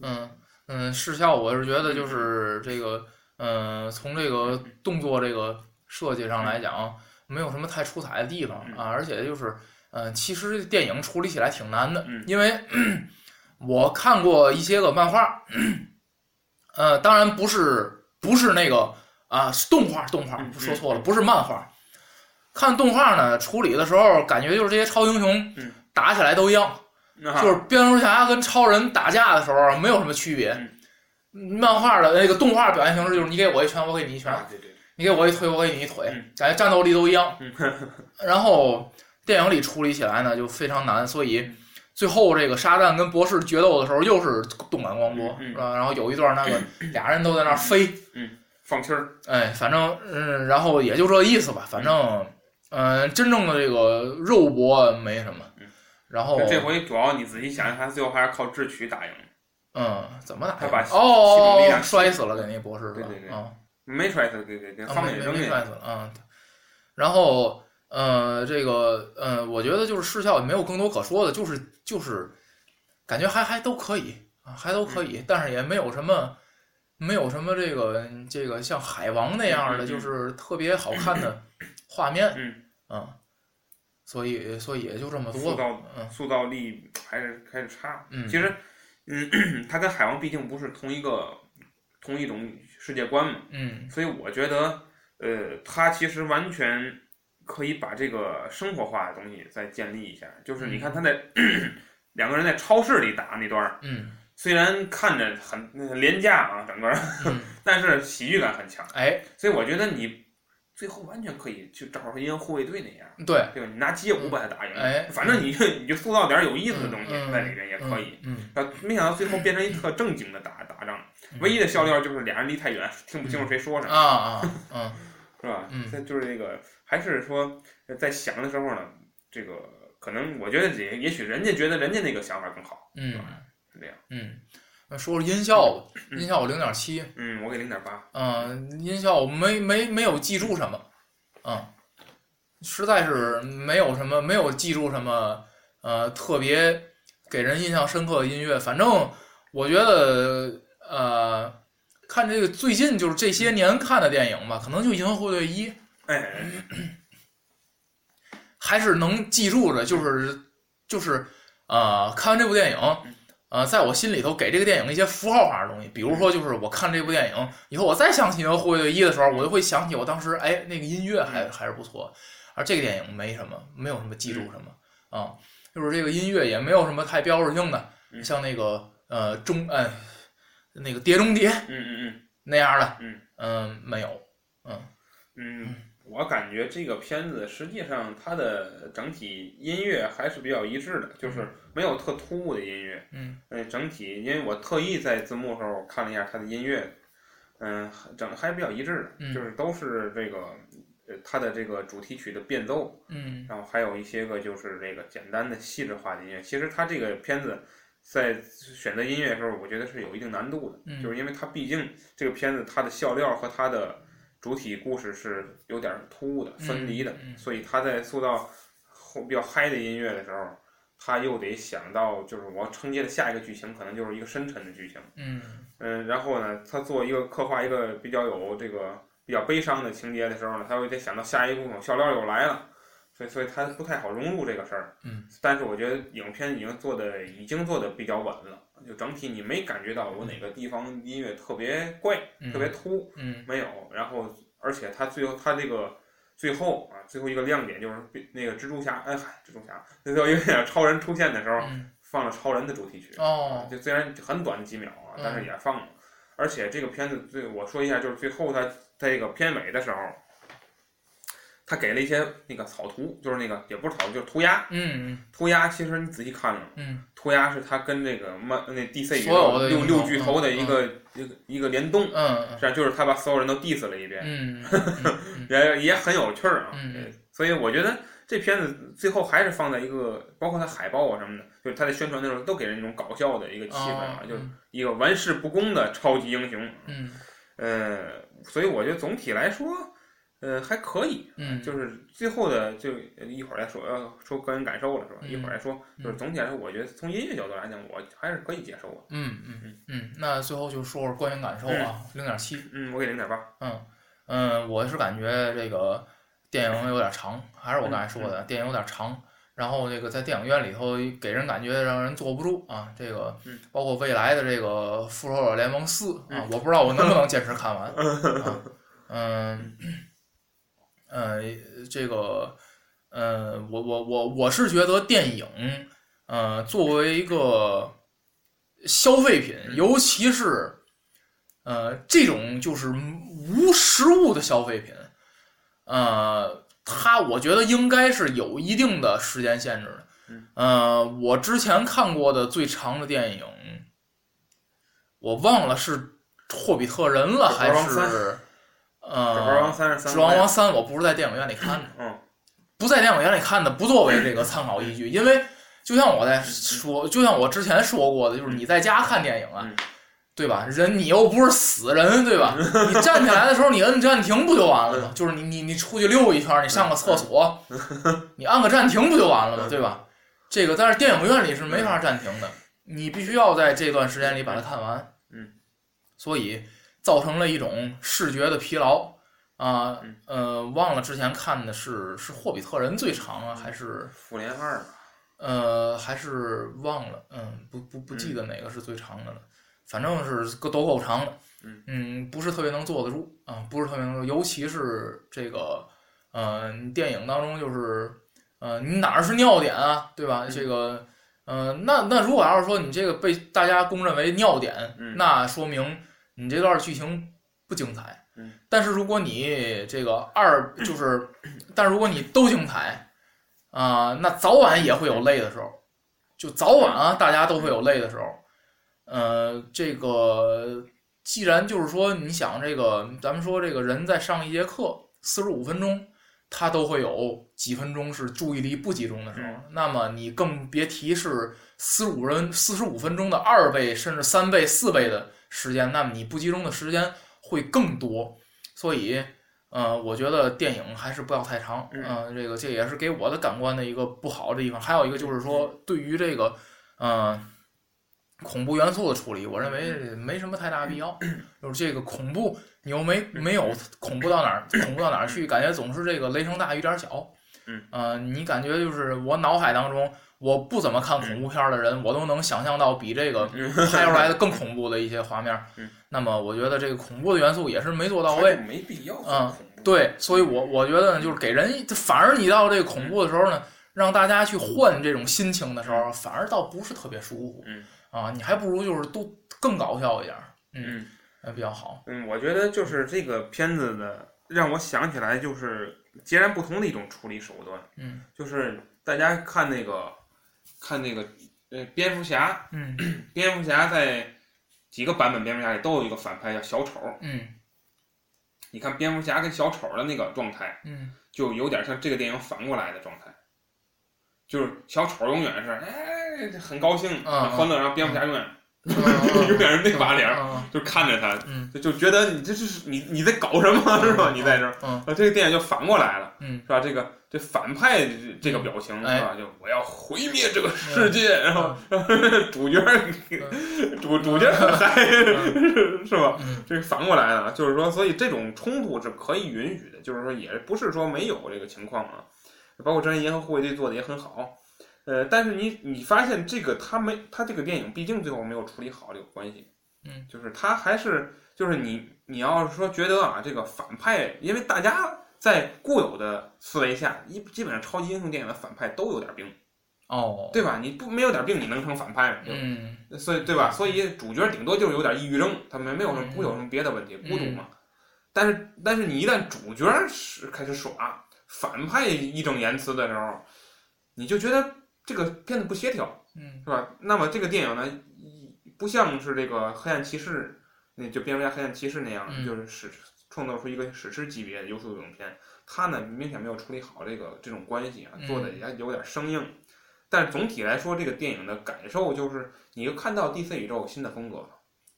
Speaker 1: 嗯嗯，视效我是觉得就是这个呃，从这个动作这个设计上来讲，没有什么太出彩的地方
Speaker 2: 嗯
Speaker 1: 啊，而且就是，呃，其实这电影处理起来挺难的
Speaker 2: 嗯，
Speaker 1: 因为我看过一些个漫画，呃，当然不是不是那个啊动画动画
Speaker 2: 嗯嗯
Speaker 1: 说错了，不是漫画。看动画呢，处理的时候感觉就是这些超英雄
Speaker 2: 嗯
Speaker 1: 打起来都一样，
Speaker 2: 那啊
Speaker 1: 就是蝙蝠侠跟超人打架的时候啊没有什么区别
Speaker 2: 嗯。
Speaker 1: 漫画的那个动画表现形式就是你给我一拳，我给你一拳；
Speaker 2: 啊，对对，
Speaker 1: 你给我一腿，我给你一腿
Speaker 2: 嗯，
Speaker 1: 感觉战斗力都一样。
Speaker 2: 嗯 <laughs>
Speaker 1: 然后电影里处理起来呢就非常难，所
Speaker 2: 嗯
Speaker 1: 以最后这个沙赞跟博士决斗的时候又是动感光波，
Speaker 2: 嗯嗯嗯
Speaker 1: 是吧？然后有一段那个俩人都在那儿飞，
Speaker 2: 放气儿，
Speaker 1: 哎，反正嗯，然后也就这意思吧。反正嗯、呃真正的这个肉搏没什么
Speaker 2: 嗯。
Speaker 1: 然后
Speaker 2: 这回主要你仔细想想，他最后还是靠智取打赢，
Speaker 1: 嗯，怎么打呀？
Speaker 2: 他把
Speaker 1: 哦哦
Speaker 2: 西蒙
Speaker 1: 哦
Speaker 2: 利亚
Speaker 1: 摔死了，给那博士是吧？
Speaker 2: 对对对
Speaker 1: 啊，
Speaker 2: 没摔死，给给给
Speaker 1: 啊
Speaker 2: 方
Speaker 1: 没
Speaker 2: 给
Speaker 1: 没
Speaker 2: 扔
Speaker 1: 没
Speaker 2: 进
Speaker 1: 摔
Speaker 2: 去，
Speaker 1: 死了啊。对然后呃，这个呃，我觉得就是视效也没有更多可说的，就是就是感觉还还都可以啊，还都可
Speaker 2: 嗯
Speaker 1: 以，但是也没有什么没有什么这个这个像海王那样
Speaker 2: 嗯
Speaker 1: 的，
Speaker 2: 嗯嗯
Speaker 1: 就是特别好
Speaker 2: <clears throat>
Speaker 1: 看的画面，
Speaker 2: 嗯
Speaker 1: 啊，所以所以也就这么多
Speaker 2: 塑
Speaker 1: 吧
Speaker 2: 造，
Speaker 1: 嗯
Speaker 2: 塑造力还是还是差。
Speaker 1: 嗯
Speaker 2: 其实，嗯， <clears throat> 他跟海王毕竟不是同一个同一种世界观嘛，
Speaker 1: 嗯
Speaker 2: 所以我觉得，呃，他其实完全可以把这个生活化的东西再建立一下。就是你看他在、 <clears throat> 两个人在超市里打那段儿，
Speaker 1: 嗯
Speaker 2: 虽然看着很呃廉价啊，整个儿， <laughs>
Speaker 1: 嗯，
Speaker 2: 但是喜剧感很强。
Speaker 1: 哎，
Speaker 2: 所以我觉得你最后完全可以去找人家护卫队那样，
Speaker 1: 对，
Speaker 2: 对吧？你拿街舞把他打赢，
Speaker 1: 哎
Speaker 2: 反正你你就塑造点有意思的东西
Speaker 1: 嗯嗯
Speaker 2: 在里面也可以。
Speaker 1: 嗯，嗯，
Speaker 2: 啊，没想到最后变成一特正经的打打仗，唯一的笑料就是俩人离太远，听不清楚谁说什么。
Speaker 1: 啊啊嗯。
Speaker 2: 是吧？
Speaker 1: 嗯
Speaker 2: 这就是这个，还是说呃在想的时候呢，这个可能我觉得也也许人家觉得人家那个想法更好，
Speaker 1: 嗯
Speaker 2: 是吧，是这样。
Speaker 1: 嗯，那说说音效吧，
Speaker 2: 嗯
Speaker 1: 音效我零点七，
Speaker 2: 嗯，我给零点八，
Speaker 1: 嗯，音效我没没没有记住什么，嗯，实在是没有什么没有记住什么，呃，特别给人印象深刻的音乐。反正我觉得，呃，看这个最近就是这些年看的电影吧，可能就《银河护卫队一》
Speaker 2: 哎，
Speaker 1: 还是能记住的，就是就是呃，看完这部电影，呃，在我心里头给这个电影一些符号化的东西，比如说就是我看这部电影以后，我再想起《银河护卫队一》的时候，我就会想起我当时哎那个音乐还还是不错，而这个电影没什么，没有什么记住什么啊、就是这个音乐也没有什么太标志性的，
Speaker 2: 嗯
Speaker 1: 像那个呃中哎那个《碟中谍》
Speaker 2: 嗯嗯
Speaker 1: 那样的，
Speaker 2: 嗯
Speaker 1: 没有，嗯
Speaker 2: 嗯嗯，我感觉这个片子实际上它的整体音乐还是比较一致的，就是没有特突兀的音乐。
Speaker 1: 嗯
Speaker 2: 呃，整体因为我特意在字幕时候看了一下它的音乐，嗯、整还比较一致的，
Speaker 1: 嗯
Speaker 2: 就是都是这个呃它的这个主题曲的变奏，
Speaker 1: 嗯
Speaker 2: 然后还有一些个就是这个简单的细致化的音乐。其实它这个片子在选择音乐的时候，我觉得是有一定难度的，
Speaker 1: 嗯
Speaker 2: 就是因为它毕竟这个片子它的笑料和它的主体故事是有点突兀的、分离的，
Speaker 1: 嗯
Speaker 2: 所以他在塑造后比较嗨的音乐的时候，他又得想到就是我要承接的下一个剧情可能就是一个深沉的剧情。
Speaker 1: 嗯
Speaker 2: 嗯，然后呢，他做一个刻画一个比较有这个比较悲伤的情节的时候呢，他会得想到下一部分笑料又来了，所以所以他不太好融入这个事儿。
Speaker 1: 嗯，
Speaker 2: 但是我觉得影片已经做的已经做的比较稳了，就整体你没感觉到我哪个地方音乐特别怪、
Speaker 1: 嗯，
Speaker 2: 特别突，
Speaker 1: 嗯
Speaker 2: 没有。然后而且他最后他这个最后啊，最后一个亮点就是被那个蜘蛛侠，哎嗨，蜘蛛侠，最后一个超人出现的时候，
Speaker 1: 嗯
Speaker 2: 放了超人的主题曲。
Speaker 1: 哦
Speaker 2: 就虽然很短几秒啊，
Speaker 1: 嗯
Speaker 2: 但是也放了。而且这个片子最我说一下，就是最后它它这个片尾的时候，他给了一些那个草图，就是那个也不是草图，就是涂鸦。
Speaker 1: 嗯
Speaker 2: 涂鸦其实你仔细看了吗，
Speaker 1: 嗯。
Speaker 2: 涂鸦是它跟这个漫那 DC 宇
Speaker 1: 所有
Speaker 2: 宙
Speaker 1: 的
Speaker 2: 六
Speaker 1: 那种
Speaker 2: 六巨头的一个、一个一个联动，
Speaker 1: 嗯
Speaker 2: 这样就是他把所有人都 diss 了一遍，
Speaker 1: 嗯嗯
Speaker 2: 也也很有趣儿啊。
Speaker 1: 嗯
Speaker 2: 呃所以我觉得这片子最后还是放在一个，包括它海报啊什么的，就是它在宣传的时候都给人一种搞笑的一个气氛啊，
Speaker 1: 哦
Speaker 2: 就是一个玩世不恭的超级英雄。
Speaker 1: 嗯
Speaker 2: 呃，所以我觉得总体来说，呃，还可以，
Speaker 1: 嗯，
Speaker 2: 就是最后的就一会儿再说，要说个人感受了是吧？
Speaker 1: 嗯
Speaker 2: 一会儿再说，就是总体来说，我觉得从音乐角度来讲，我还是可以接受的。
Speaker 1: 嗯嗯嗯，那最后就说说观影感受啊，零点七，
Speaker 2: 嗯，我给零点八。
Speaker 1: 嗯嗯，我是感觉这个电影有点长，还是我刚才说
Speaker 2: 嗯
Speaker 1: 的，电影有点长。然后这个在电影院里头给人感觉让人坐不住啊，这个
Speaker 2: 嗯
Speaker 1: 包括未来的这个《复仇者联盟四》啊
Speaker 2: 嗯，
Speaker 1: 我不知道我能不能坚持
Speaker 2: <laughs>
Speaker 1: 看完。啊嗯呃，这个呃，我我我我是觉得电影呃作为一个消费品，
Speaker 2: 嗯
Speaker 1: 尤其是呃，这种就是无实物的消费品，呃，它我觉得应该是有一定的时间限制的
Speaker 2: 嗯。
Speaker 1: 呃，我之前看过的最长的电影，我忘了是《霍比特人》了
Speaker 2: 指
Speaker 1: 还
Speaker 2: 环王三
Speaker 1: 是
Speaker 2: 指环王
Speaker 1: 呃
Speaker 2: 三十
Speaker 1: 《
Speaker 2: 三，
Speaker 1: 指环王三》，我不是在电影院里看的。
Speaker 2: 嗯
Speaker 1: <clears throat> 不在电影院里看的不作为这个参考依据，因为就像我在说，就像我之前说过的，就是你在家看电影啊
Speaker 2: 嗯，
Speaker 1: 对吧？人你又不是死人，对吧？你站起来的时候你摁暂停不就完了吗？就是你你你出去溜一圈，你上个厕所， <laughs> 你按个暂停不就完了吗？对吧？这个但是电影院里是没法暂停的，你必须要在这段时间里把它看完。
Speaker 2: 嗯，
Speaker 1: 所以造成了一种视觉的疲劳。啊
Speaker 2: 嗯，
Speaker 1: 呃，忘了之前看的是是《霍比特人》最长啊，还是
Speaker 2: 复联二吧，
Speaker 1: 呃还是忘了，嗯，不不不记得哪个是最长的了，反正是个都够长的，
Speaker 2: 嗯
Speaker 1: 不是特别能坐得住啊、不是特别能坐，尤其是这个，呃，电影当中就是，呃，你哪儿是尿点啊，
Speaker 2: 嗯
Speaker 1: 对吧？这个，呃，那那如果要是说你这个被大家公认为尿点，
Speaker 2: 嗯
Speaker 1: 那说明你这段剧情不精彩。
Speaker 2: 嗯
Speaker 1: 但是如果你这个二就是，但如果你都精彩，啊、那早晚也会有
Speaker 2: 嗯
Speaker 1: 累的时候，就早晚啊，大家都会有累的时候。呃，这个既然就是说，你想这个，咱们说这个人在上一节课四十五分钟，他都会有几分钟是注意力不集中的时候，那么你更别提是四十五人四十五分钟的二倍甚至三倍、四倍的时间，那么你不集中的时间会更多，所以。呃，我觉得电影还是不要太长，
Speaker 2: 嗯
Speaker 1: 呃，这个这也是给我的感官的一个不好的地方。还有一个就是说，对于这个，呃，恐怖元素的处理，我认
Speaker 2: 嗯
Speaker 1: 为没什么太大必要。 <clears throat> 就是这个恐怖，你又没
Speaker 2: 嗯
Speaker 1: 没有恐怖到哪儿，恐怖到哪儿去，感觉总是这个雷声大雨点儿小。
Speaker 2: 嗯，
Speaker 1: 呃，你感觉就是我脑海当中，我不怎么看恐怖片儿的人，我都能想象到比这个
Speaker 2: 嗯
Speaker 1: 拍出来的更恐怖的一些画面。
Speaker 2: 嗯，
Speaker 1: 那么我觉得这个恐怖的元素也是没做到位
Speaker 2: 它。就没必要。
Speaker 1: 嗯，对，所以我我觉得呢，就是给人，反而你到这个恐怖的时候呢，让大家去换这种心情的时候，反而倒不是特别舒服。
Speaker 2: 嗯
Speaker 1: 啊，你还不如就是都更搞笑一点儿，嗯，
Speaker 2: 嗯
Speaker 1: 那比较好。
Speaker 2: 嗯，我觉得就是这个片子的让我想起来就是截然不同的一种处理手段，
Speaker 1: 嗯
Speaker 2: 就是大家看那个看那个呃蝙蝠侠，
Speaker 1: 嗯
Speaker 2: 蝙蝠侠在几个版本蝙蝠侠里都有一个反派叫小丑，
Speaker 1: 嗯
Speaker 2: 你看蝙蝠侠跟小丑的那个状态，
Speaker 1: 嗯
Speaker 2: 就有点像这个电影反过来的状态，就是小丑永远是哎很高兴、
Speaker 1: 嗯
Speaker 2: 很欢乐，然后蝙蝠侠永远、<laughs>
Speaker 1: 嗯
Speaker 2: 永远是那把脸儿，
Speaker 1: 嗯
Speaker 2: 就看着他，
Speaker 1: 嗯
Speaker 2: 就就觉得你这是你你在搞什么是吧？你在这儿，
Speaker 1: 嗯
Speaker 2: 啊，这个电影就反过来了，
Speaker 1: 嗯
Speaker 2: 是吧？这个这反派这这个表情
Speaker 1: 哎嗯
Speaker 2: 是吧？就我要毁灭这个世界，然后 <laughs> 主角主主角还 <laughs> 是吧？
Speaker 1: 嗯
Speaker 2: 这个反过来了，就是说，所以这种冲突是可以允许的，就是说，也不是说没有这个情况啊。包括之前《银河护卫队》做的也很好，呃，但是你你发现这个他没他这个电影毕竟最后没有处理好这个关系，
Speaker 1: 嗯，
Speaker 2: 就是他还是就是你你要是说觉得啊，这个反派，因为大家在固有的思维下，一基本上超级英雄电影的反派都有点病，
Speaker 1: 哦，
Speaker 2: 对吧？你不没有点病，你能成反派吗？对吧
Speaker 1: 嗯
Speaker 2: 所以对吧？所以主角顶多就是有点抑郁症，他没没有什么
Speaker 1: 嗯
Speaker 2: 不会有什么别的问题，
Speaker 1: 嗯
Speaker 2: 孤独嘛。但是但是你一旦主角是开始耍反派义正言辞的时候，你就觉得这个片子不协调，
Speaker 1: 嗯
Speaker 2: 是吧？那么这个电影呢，一不像是这个《黑暗骑士》那就蝙蝠侠《黑暗骑士》那样，
Speaker 1: 嗯
Speaker 2: 就是史创造出一个史诗级别的优秀影片。他呢，明显没有处理好这个这种关系啊，
Speaker 1: 嗯
Speaker 2: 做的也有点生硬。但总体来说，这个电影的感受就是，你就看到 DC 宇宙有新的风格了，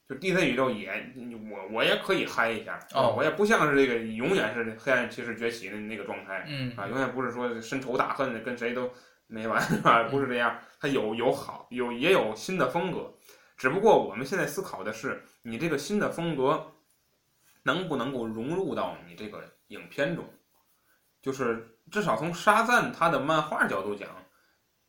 Speaker 2: 就 DC 宇宙也我我也可以嗨一下，啊
Speaker 1: 哦
Speaker 2: 我也不像是这个永远是黑暗骑士崛起的那个状态
Speaker 1: 嗯
Speaker 2: 啊，永远不是说深仇大恨的跟谁都没
Speaker 1: <laughs>
Speaker 2: 完是吧？
Speaker 1: 嗯
Speaker 2: 不是这样，它有有好有也有新的风格，只不过我们现在思考的是你这个新的风格能不能够融入到你这个影片中，就是至少从沙赞他的漫画角度讲，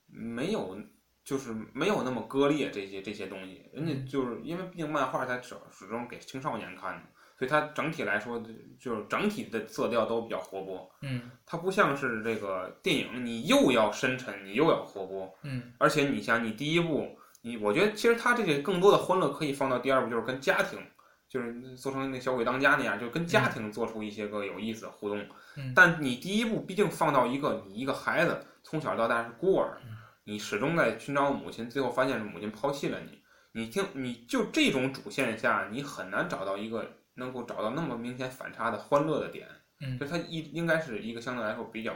Speaker 2: 没有就是没有那么割裂这些这些东西，人家
Speaker 1: 嗯
Speaker 2: 就是因为毕竟漫画它始始终给青少年看的，所以它整体来说就是整体的色调都比较活泼，
Speaker 1: 嗯
Speaker 2: 它不像是这个电影，你又要深沉，你又要活泼，
Speaker 1: 嗯
Speaker 2: 而且你想，你第一部，你我觉得其实它这个更多的欢乐可以放到第二部，就是跟家庭，就是做成那小鬼当家那样，就跟家庭做出一些个有意思的互动。
Speaker 1: 嗯
Speaker 2: 但你第一部毕竟放到一个你一个孩子从小到大是孤儿，你始终在寻找母亲，最后发现是母亲抛弃了你。你听，你就这种主线下，你很难找到一个能够找到那么明显反差的欢乐的点。
Speaker 1: 嗯
Speaker 2: 就它一应该是一个相对来说比较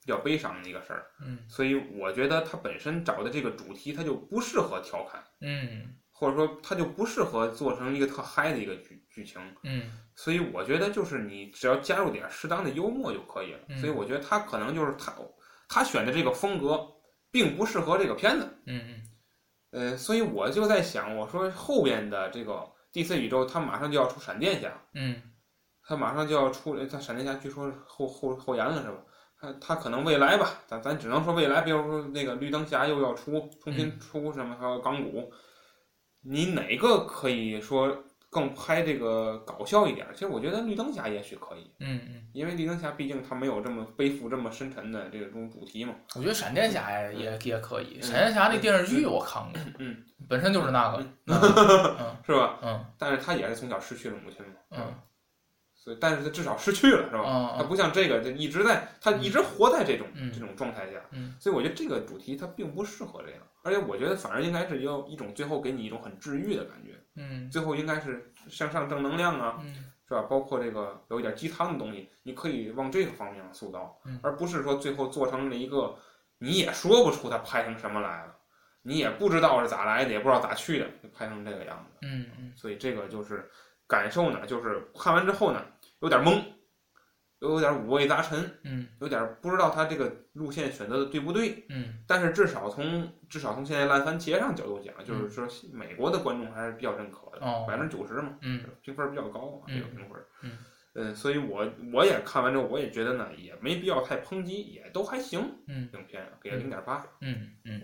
Speaker 2: 比较悲伤的一个事儿。
Speaker 1: 嗯
Speaker 2: 所以我觉得它本身找的这个主题，它就不适合调侃，
Speaker 1: 嗯
Speaker 2: 或者说它就不适合做成一个特嗨的一个剧剧情。
Speaker 1: 嗯
Speaker 2: 所以我觉得就是你只要加入点儿适当的幽默就可以了。
Speaker 1: 嗯
Speaker 2: 所以我觉得他可能就是他他选的这个风格，并不适合这个片子。
Speaker 1: 嗯
Speaker 2: 呃，所以我就在想，我说后边的这个 DC 宇宙，它马上就要出闪电侠，
Speaker 1: 嗯
Speaker 2: 它马上就要出，它闪电侠据说是后后后延了是吧？它它可能未来吧，咱咱只能说未来，比如说那个绿灯侠又要出，重新出什么，还有钢骨，你哪个可以说更拍这个搞笑一点？其实我觉得绿灯侠也许可以，
Speaker 1: 嗯，
Speaker 2: 因为绿灯侠毕竟他没有这么背负这么深沉的这种主题嘛。
Speaker 1: 我觉得闪电侠也也也可以，闪电侠那电视剧我看过，
Speaker 2: 嗯，
Speaker 1: 本身就是那个，
Speaker 2: 是吧？
Speaker 1: 嗯
Speaker 2: 但是他也是从小失去了母亲嘛， <laughs>
Speaker 1: 嗯，
Speaker 2: 所以但是他至少失去了是吧？
Speaker 1: 嗯
Speaker 2: 他不像这个，就一直在他一直活在这种、
Speaker 1: 嗯
Speaker 2: 这种状态下，
Speaker 1: 嗯
Speaker 2: 所以我觉得这个主题它并不适合这样，而且我觉得反而应该是要一种最后给你一种很治愈的感觉，
Speaker 1: 嗯
Speaker 2: 最后应该是向上正能量啊，
Speaker 1: 嗯
Speaker 2: 是吧？包括这个有一点鸡汤的东西，你可以往这个方面塑造，
Speaker 1: 嗯
Speaker 2: 而不是说最后做成了一个你也说不出它拍成什么来了，你也不知道是咋来的，也不知道咋去的，就拍成这个样子。
Speaker 1: 嗯嗯
Speaker 2: 所以这个就是感受呢，就是看完之后呢，有点懵，又有点五味杂陈，
Speaker 1: 嗯
Speaker 2: 有点不知道他这个路线选择的对不对。
Speaker 1: 嗯
Speaker 2: 但是至少从至少从现在烂番茄上角度讲，就是说美国的观众还是比较认可的，
Speaker 1: 嗯哦
Speaker 2: 百分之九十嘛，
Speaker 1: 嗯
Speaker 2: 评分比较高啊，这个
Speaker 1: 嗯
Speaker 2: 评分。
Speaker 1: 嗯
Speaker 2: 嗯，所以我我也看完之后，我也觉得呢，也没必要太抨击，也都还行。
Speaker 1: 嗯
Speaker 2: 影片啊给零点八，
Speaker 1: 嗯嗯，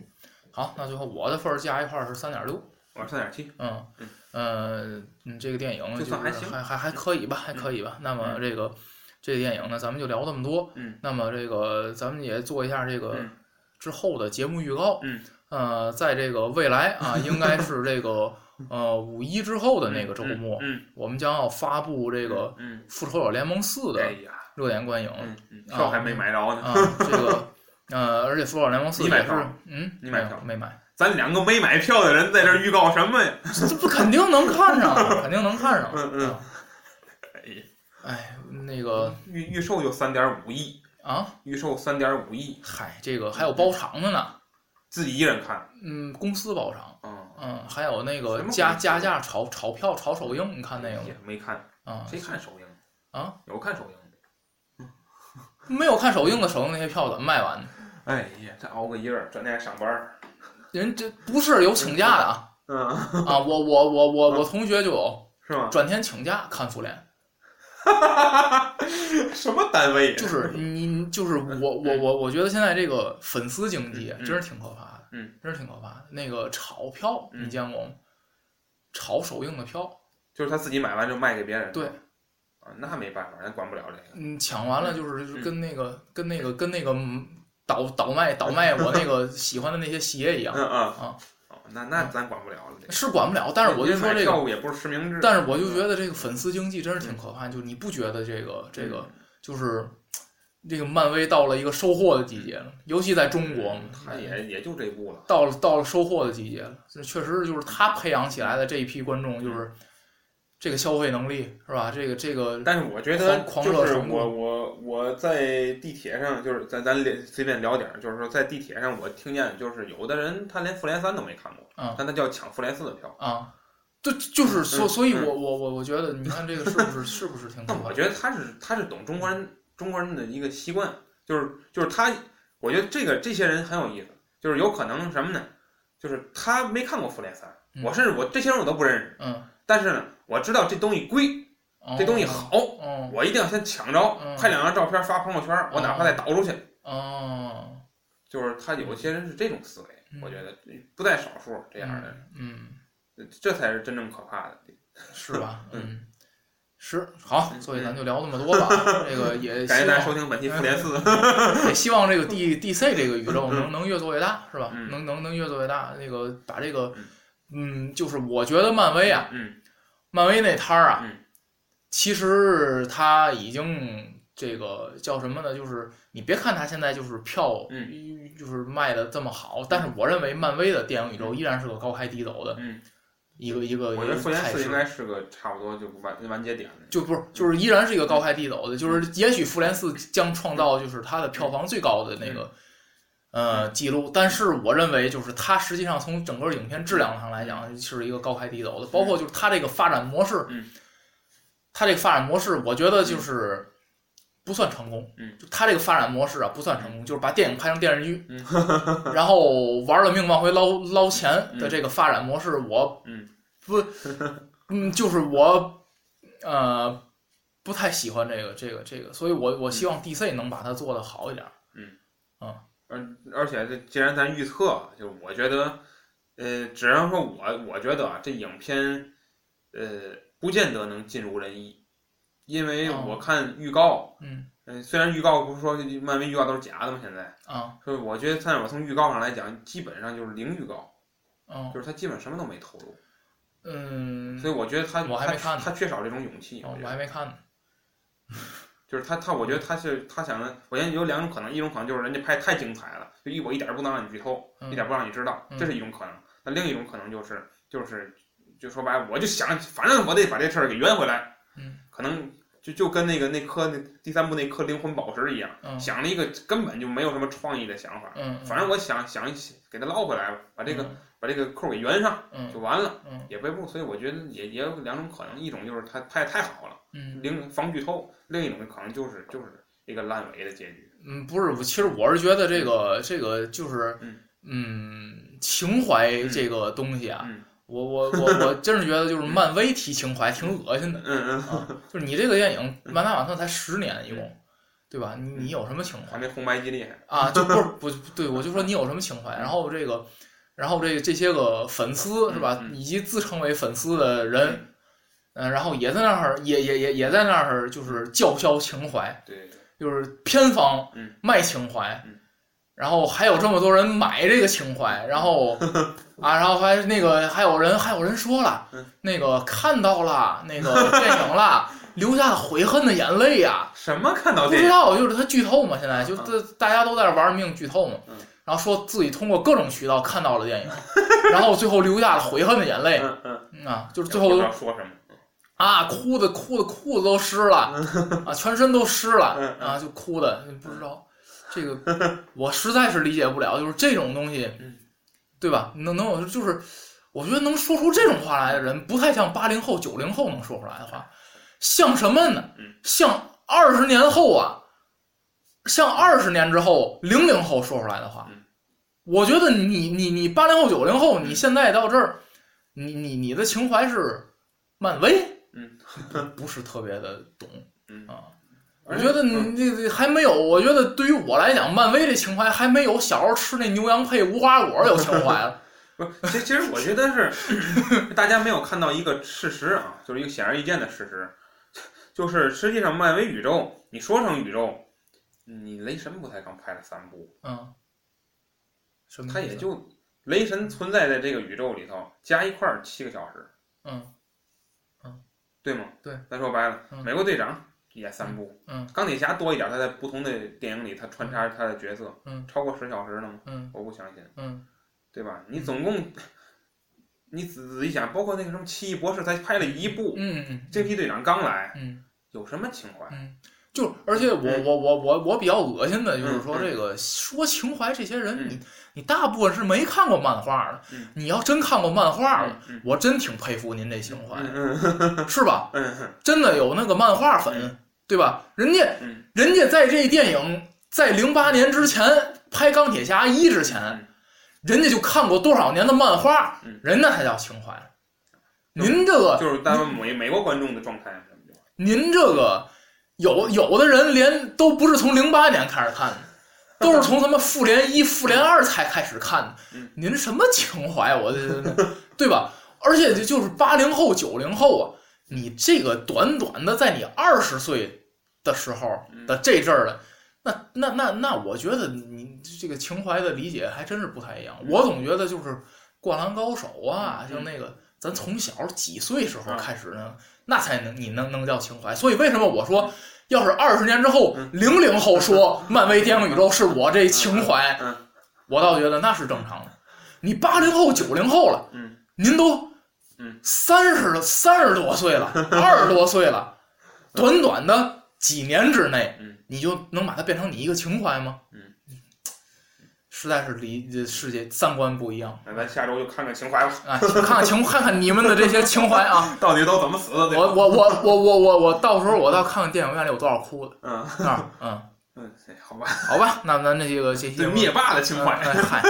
Speaker 1: 好，那最后我的分儿加一块儿是三点六。
Speaker 2: 我三点七。
Speaker 1: 嗯，呃，嗯这个电影
Speaker 2: 就算还
Speaker 1: 是
Speaker 2: 行
Speaker 1: 还还还可以吧，还可以吧。那么这个这个电影呢，咱们就聊这么多。
Speaker 2: 嗯，
Speaker 1: 那么这个咱们也做一下这个
Speaker 2: 嗯
Speaker 1: 之后的节目预告。
Speaker 2: 嗯，
Speaker 1: 呃，在这个未来啊，应该是
Speaker 2: <laughs>
Speaker 1: 这个呃五一之后的那个周末，
Speaker 2: 嗯，
Speaker 1: 我们将要发布这
Speaker 2: 这
Speaker 1: 个，
Speaker 2: 嗯，
Speaker 1: 《复仇者联盟四》
Speaker 2: 哎
Speaker 1: 的
Speaker 2: 呀，
Speaker 1: 热点观影
Speaker 2: 嗯，嗯票还没买着呢，
Speaker 1: 啊，这个。呃，而且《复仇者联盟四》
Speaker 2: 你买
Speaker 1: 也是
Speaker 2: 票吗，
Speaker 1: 嗯，
Speaker 2: 你买
Speaker 1: 没有
Speaker 2: 票吗
Speaker 1: 没买？
Speaker 2: 咱两个没买票的人在这儿预告什么呀？
Speaker 1: 这不肯定能
Speaker 2: <laughs>
Speaker 1: 看上啊，肯定能看上。
Speaker 2: 嗯嗯
Speaker 1: 啊哎，那个
Speaker 2: 预预售就三点五亿，
Speaker 1: 啊，
Speaker 2: 预售三点五亿，
Speaker 1: 嗨，这个还有包场的呢，
Speaker 2: 自己一人看，
Speaker 1: 嗯，公司包场，
Speaker 2: 嗯，
Speaker 1: 嗯，还有那个
Speaker 2: 什么
Speaker 1: 加
Speaker 2: 公司
Speaker 1: 加价炒炒票炒首映，你看那个
Speaker 2: 也
Speaker 1: 吗？
Speaker 2: 没看，
Speaker 1: 啊，
Speaker 2: 谁看首映？
Speaker 1: 啊，
Speaker 2: 有看首映的。
Speaker 1: 没有看首映的首映那些票怎么卖完呢？
Speaker 2: 哎呀，这熬个夜儿，转天还上班儿。
Speaker 1: 人这不是有请假的
Speaker 2: <laughs>
Speaker 1: 啊
Speaker 2: 嗯，
Speaker 1: 啊！我我我我我同学就有
Speaker 2: 是吗？
Speaker 1: 转天请假看复联，
Speaker 2: 什么单位？
Speaker 1: 就是你你就是
Speaker 2: 嗯
Speaker 1: 我我我我觉得现在这个粉丝经济真是挺可怕的，
Speaker 2: 嗯，
Speaker 1: 真是挺可怕的。那个炒票
Speaker 2: 嗯
Speaker 1: 你见过吗？炒首映的票，
Speaker 2: 就是他自己买完就卖给别人。
Speaker 1: 对，
Speaker 2: 啊，那没办法，咱管不了这个。
Speaker 1: 嗯，抢完了就是就是跟那个跟那个跟那个嗯倒倒卖倒卖我
Speaker 2: <laughs>
Speaker 1: 那个喜欢的那些鞋一样
Speaker 2: 嗯，嗯
Speaker 1: 啊，
Speaker 2: 哦，那那咱管不了了。这个
Speaker 1: 是管不了。但是我就说
Speaker 2: 因为买
Speaker 1: 这
Speaker 2: 票嗯
Speaker 1: 个，
Speaker 2: 务也不是实名制。
Speaker 1: 但是我就觉得这个粉丝经济真是挺可怕。就你不觉得这个这
Speaker 2: 嗯
Speaker 1: 个就是这个漫威到了一个收获的季节了，尤其在中国嘛，
Speaker 2: 嗯
Speaker 1: 嗯
Speaker 2: 他也也就这步了。
Speaker 1: 到了到了收获的季节了。这确实就是他培养起来的这一批观众，就是这个消费能力是吧？这个这个
Speaker 2: 嗯但是我觉得
Speaker 1: 狂
Speaker 2: 就
Speaker 1: 狂热
Speaker 2: 是
Speaker 1: 程度
Speaker 2: 我我我在地铁上，就是咱咱连随便聊点儿，就是说在地铁上我听见，就是有的人他连复联三都没看过，
Speaker 1: 嗯
Speaker 2: 但他就要抢复联四的票，
Speaker 1: 啊对，就是所
Speaker 2: 嗯
Speaker 1: 所以我，
Speaker 2: 嗯
Speaker 1: 我我我觉得，你看这个是不是是不是挺可
Speaker 2: 但 <laughs>
Speaker 1: 怕
Speaker 2: 我
Speaker 1: 的？
Speaker 2: 觉得他是他是懂中国人中国人的一个习惯，就是就是他，我觉得这个这些人很有意思，就是有可能什么呢？就是他没看过《复联三》，
Speaker 1: 嗯
Speaker 2: 我甚至我这些人我都不认识，
Speaker 1: 嗯，
Speaker 2: 但是呢，我知道这东西贵，
Speaker 1: 哦
Speaker 2: 这东西好，
Speaker 1: 哦
Speaker 2: 我一定要先抢着，
Speaker 1: 嗯
Speaker 2: 拍两张照片发朋友圈，我哪怕再倒出去，
Speaker 1: 哦，
Speaker 2: 就是他有些人是这种思维，
Speaker 1: 嗯
Speaker 2: 我觉得不在少数这
Speaker 1: 这
Speaker 2: 样的，，
Speaker 1: 嗯，
Speaker 2: 这才是真正可怕的。
Speaker 1: 是吧？
Speaker 2: 嗯
Speaker 1: 嗯，是好，
Speaker 2: 嗯
Speaker 1: 所以咱就聊这么多吧。这个
Speaker 2: <laughs>
Speaker 1: 也
Speaker 2: 感谢
Speaker 1: 希
Speaker 2: 大
Speaker 1: 望
Speaker 2: 家收听本期《复联四》，
Speaker 1: 也希望这个 D D C 这个宇宙能能越做越大，是吧？
Speaker 2: 嗯
Speaker 1: 能能能越做越大，那个把这个，嗯，就是我觉得漫威啊，
Speaker 2: 嗯，
Speaker 1: 漫威那摊儿啊，
Speaker 2: 嗯
Speaker 1: 其实它已经这个叫什么呢？就是你别看它现在就是票，
Speaker 2: 嗯
Speaker 1: 就是卖的这么好，但是我认为漫威的电影宇宙依然是个高开低走的
Speaker 2: 嗯，
Speaker 1: 一个一个一
Speaker 2: 我觉得
Speaker 1: 个
Speaker 2: 《复联
Speaker 1: 态
Speaker 2: 四》应
Speaker 1: 势。
Speaker 2: 该是个差不多就完完结点了。
Speaker 1: 就不是，就是依然是一个高开低走的，就是也许《复联四》将创造就是它的票房最高的那个
Speaker 2: 嗯
Speaker 1: 呃记录，但是我认为就是它实际上从整个影片质量上来讲是一个高开低走的，包括就是它这个发展模式，
Speaker 2: 嗯
Speaker 1: 它这个发展模式，我觉得就是不算成功，
Speaker 2: 嗯
Speaker 1: 就它这个发展模式啊不算成功，就是把电影拍成电视剧，
Speaker 2: 嗯
Speaker 1: <laughs> 然后玩了命往回捞捞钱的这个发展模式，我
Speaker 2: 嗯
Speaker 1: 不嗯就是我呃。不太喜欢这个这个这个，所以我我希望 DC 能把它做得好一点。
Speaker 2: 而而且这既然咱预测，就是我觉得，呃，只能说我我觉得啊，这影片，呃，不见得能尽如人意，因为
Speaker 1: 哦
Speaker 2: 我看预告，
Speaker 1: 嗯
Speaker 2: 嗯、虽然预告不是说漫威预告都是假的嘛，现在，
Speaker 1: 啊
Speaker 2: 所以我觉得，但是我从预告上来讲，基本上就是零预告，
Speaker 1: 嗯
Speaker 2: 就是他基本什么都没透露，
Speaker 1: 嗯，
Speaker 2: 所以我觉得他
Speaker 1: 我还没看呢
Speaker 2: 他他缺少这种勇气，
Speaker 1: 哦
Speaker 2: 我觉
Speaker 1: 我
Speaker 2: 得
Speaker 1: 还没看呢。
Speaker 2: 就是他他我觉得他是他想的，我觉得有两种可能，一种可能就是人家拍太精彩了，就一我一点儿不能让你剧透，
Speaker 1: 嗯
Speaker 2: 一点不让你知道，
Speaker 1: 嗯
Speaker 2: 这是一种可能。那另一种可能就是就是就说白了，我就想，反正我得把这事儿给圆回来。
Speaker 1: 嗯，
Speaker 2: 可能就就跟那个那颗那第三部那颗灵魂宝石一样，
Speaker 1: 嗯
Speaker 2: 想了一个根本就没有什么创意的想法。
Speaker 1: 嗯，嗯
Speaker 2: 反正我想想给它捞回来，把这个、把这个扣给圆上就
Speaker 1: 嗯
Speaker 2: 完了，
Speaker 1: 嗯
Speaker 2: 也背不住。所以我觉得也也有两种可能，一种就是它拍得太好了，
Speaker 1: 嗯
Speaker 2: 零防剧透；另一种可能就是就是一个烂尾的结局。
Speaker 1: 嗯，不是，我其实我是觉得这个这个就是
Speaker 2: 嗯
Speaker 1: 嗯情怀这个东西啊，
Speaker 2: 嗯
Speaker 1: 我我我我真是觉得就是漫威提情怀挺恶心的
Speaker 2: 嗯嗯，
Speaker 1: 啊，就是你这个电影完打完算才十年一共，对吧？你你有什么情怀
Speaker 2: 还？没红白机厉害。
Speaker 1: 啊，就不是不对，我就说你有什么情怀，然后这个，然后这这些个粉丝是吧
Speaker 2: 嗯，嗯
Speaker 1: 以及自称为粉丝的人，嗯，然后也在那儿也也也也在那儿就是叫嚣情怀，
Speaker 2: 对，
Speaker 1: 就是偏方
Speaker 2: 嗯
Speaker 1: 卖情怀
Speaker 2: 嗯，
Speaker 1: 然后还有这么多人买这个情怀，
Speaker 2: <laughs>
Speaker 1: 然后啊，然后还那个还有人还有人说了
Speaker 2: 嗯，
Speaker 1: 那个看到了那个电影了， <laughs> 留下了悔恨的眼泪呀、
Speaker 2: 什么看到
Speaker 1: 不
Speaker 2: 电
Speaker 1: 知
Speaker 2: 影？
Speaker 1: 道，就是他剧透嘛，现在就
Speaker 2: 嗯
Speaker 1: 这大家都在这玩命剧透嘛
Speaker 2: 嗯，
Speaker 1: 然后说自己通过各种渠道看到了电影，然后最后流下了悔恨的眼泪
Speaker 2: 嗯嗯，
Speaker 1: 嗯啊，就是最
Speaker 2: 不知
Speaker 1: 后
Speaker 2: 道说什么。
Speaker 1: 啊哭的哭的裤子都湿了啊，全身都湿了
Speaker 2: 嗯嗯
Speaker 1: 啊，就哭的不知道这个我实在是理解不了，就是这种东西
Speaker 2: 嗯，
Speaker 1: 对吧？能能有就是，我觉得能说出这种话来的人，不太像八零后、九零后能说出来的话，像什么呢
Speaker 2: 嗯？
Speaker 1: 像二十年后啊，像二十年之后零零后说出来的话
Speaker 2: 嗯，
Speaker 1: 我觉得你你你八零后、九零后，你现在到这儿，你你你的情怀是漫威，
Speaker 2: 嗯
Speaker 1: 不，不是特别的懂
Speaker 2: 嗯
Speaker 1: 啊。我
Speaker 2: 而且
Speaker 1: 觉得
Speaker 2: 嗯
Speaker 1: 你这这还没有，我觉得对于我来讲，漫威这情怀还没有小时候吃那牛羊配无花果有情怀
Speaker 2: <laughs>
Speaker 1: 了。
Speaker 2: 不，其其实我觉得是 <coughs> 大家没有看到一个事实啊，就是一个显而易见的事实，就是实际上漫威宇宙，你说成宇宙，你雷神不才刚拍了三部，
Speaker 1: 嗯，什么意思？
Speaker 2: 他也就雷神存在在这个宇宙里头，加一块儿七个小时，
Speaker 1: 嗯
Speaker 2: 对吗？
Speaker 1: 对，
Speaker 2: 咱说白了，
Speaker 1: 嗯
Speaker 2: 美国队长也三部，
Speaker 1: 嗯
Speaker 2: 钢铁侠多一点，他在不同的电影里他穿插他的角色，
Speaker 1: 嗯
Speaker 2: 超过十小时了吗？
Speaker 1: 嗯
Speaker 2: 我不相信。
Speaker 1: 嗯
Speaker 2: 对吧？你总共，你仔仔细想，包括那个什么《奇异博士》，才拍了一部，
Speaker 1: 嗯嗯
Speaker 2: 惊奇队长》刚来，
Speaker 1: 嗯
Speaker 2: 有什么情怀？
Speaker 1: 嗯，就是，而且我
Speaker 2: 嗯
Speaker 1: 我我我我比较恶心的就是说，
Speaker 2: 嗯嗯
Speaker 1: 这个说情怀这些人，
Speaker 2: 嗯
Speaker 1: 你你大部分是没看过漫画的
Speaker 2: 嗯。
Speaker 1: 你要真看过漫画了
Speaker 2: 嗯嗯，
Speaker 1: 我真挺佩服您这情怀，
Speaker 2: 嗯嗯
Speaker 1: <laughs> 是吧？
Speaker 2: 嗯
Speaker 1: 真的有那个漫画粉
Speaker 2: 嗯，
Speaker 1: 对吧？人家
Speaker 2: 嗯
Speaker 1: 人家在这电影在零八年之前拍《钢铁侠一》之前
Speaker 2: 嗯，
Speaker 1: 人家就看过多少年的漫画
Speaker 2: 嗯，
Speaker 1: 人那才叫情怀。
Speaker 2: 就是
Speaker 1: 您这
Speaker 2: 嗯，
Speaker 1: 个，
Speaker 2: 就是咱们美美国观众的状态，咱们就
Speaker 1: 您这个，有有的人连都不是从零八年开始看的，都是从什么复联一、复联二才开始看的
Speaker 2: 嗯。
Speaker 1: 您什么情怀？啊我这，对吧？而且就就是八零后、九零后啊，你这个短短的，在你二十岁的时候
Speaker 2: 嗯
Speaker 1: 的这阵儿的，那那那那，我觉得你这个情怀的理解还真是不太一样。我总觉得就是《灌篮高手》啊，
Speaker 2: 嗯
Speaker 1: 像那个咱从小几岁时候
Speaker 2: 啊
Speaker 1: 开始呢，那才能你能能叫情怀。所以为什么我说，要是二十年之后
Speaker 2: 嗯
Speaker 1: 零零后说漫威电影宇宙是我这情怀
Speaker 2: 嗯，
Speaker 1: 我倒觉得那是正常的。你八零后、九零后了。
Speaker 2: 嗯
Speaker 1: 您都
Speaker 2: 嗯
Speaker 1: 三十三十多岁了，二十多岁了，短短的几年之内，
Speaker 2: 嗯
Speaker 1: 你就能把它变成你一个情怀吗？
Speaker 2: 嗯，
Speaker 1: 实在是离这世界三观不一样。
Speaker 2: 那咱下周就看看情怀吧，
Speaker 1: 哎，看看情，看看你们的这些情怀啊！
Speaker 2: <laughs> 到底都怎么死的？对吧
Speaker 1: 我我我我我我我到时候我倒看看电影院里有多少哭的
Speaker 2: 嗯
Speaker 1: 啊！嗯，
Speaker 2: 嗯，哎好吧，
Speaker 1: 好吧，那咱这个这期节
Speaker 2: 这
Speaker 1: 目
Speaker 2: 灭霸的情怀。
Speaker 1: 哎嗨，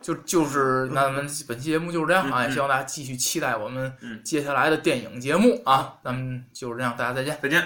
Speaker 1: 就就是那咱们本期节目就是这样啊，
Speaker 2: 嗯嗯
Speaker 1: 也希望大家继续期待我们
Speaker 2: 嗯
Speaker 1: 接下来的电影节目啊，咱们就是这样，大家再
Speaker 2: <laughs>
Speaker 1: 见。
Speaker 2: 再见。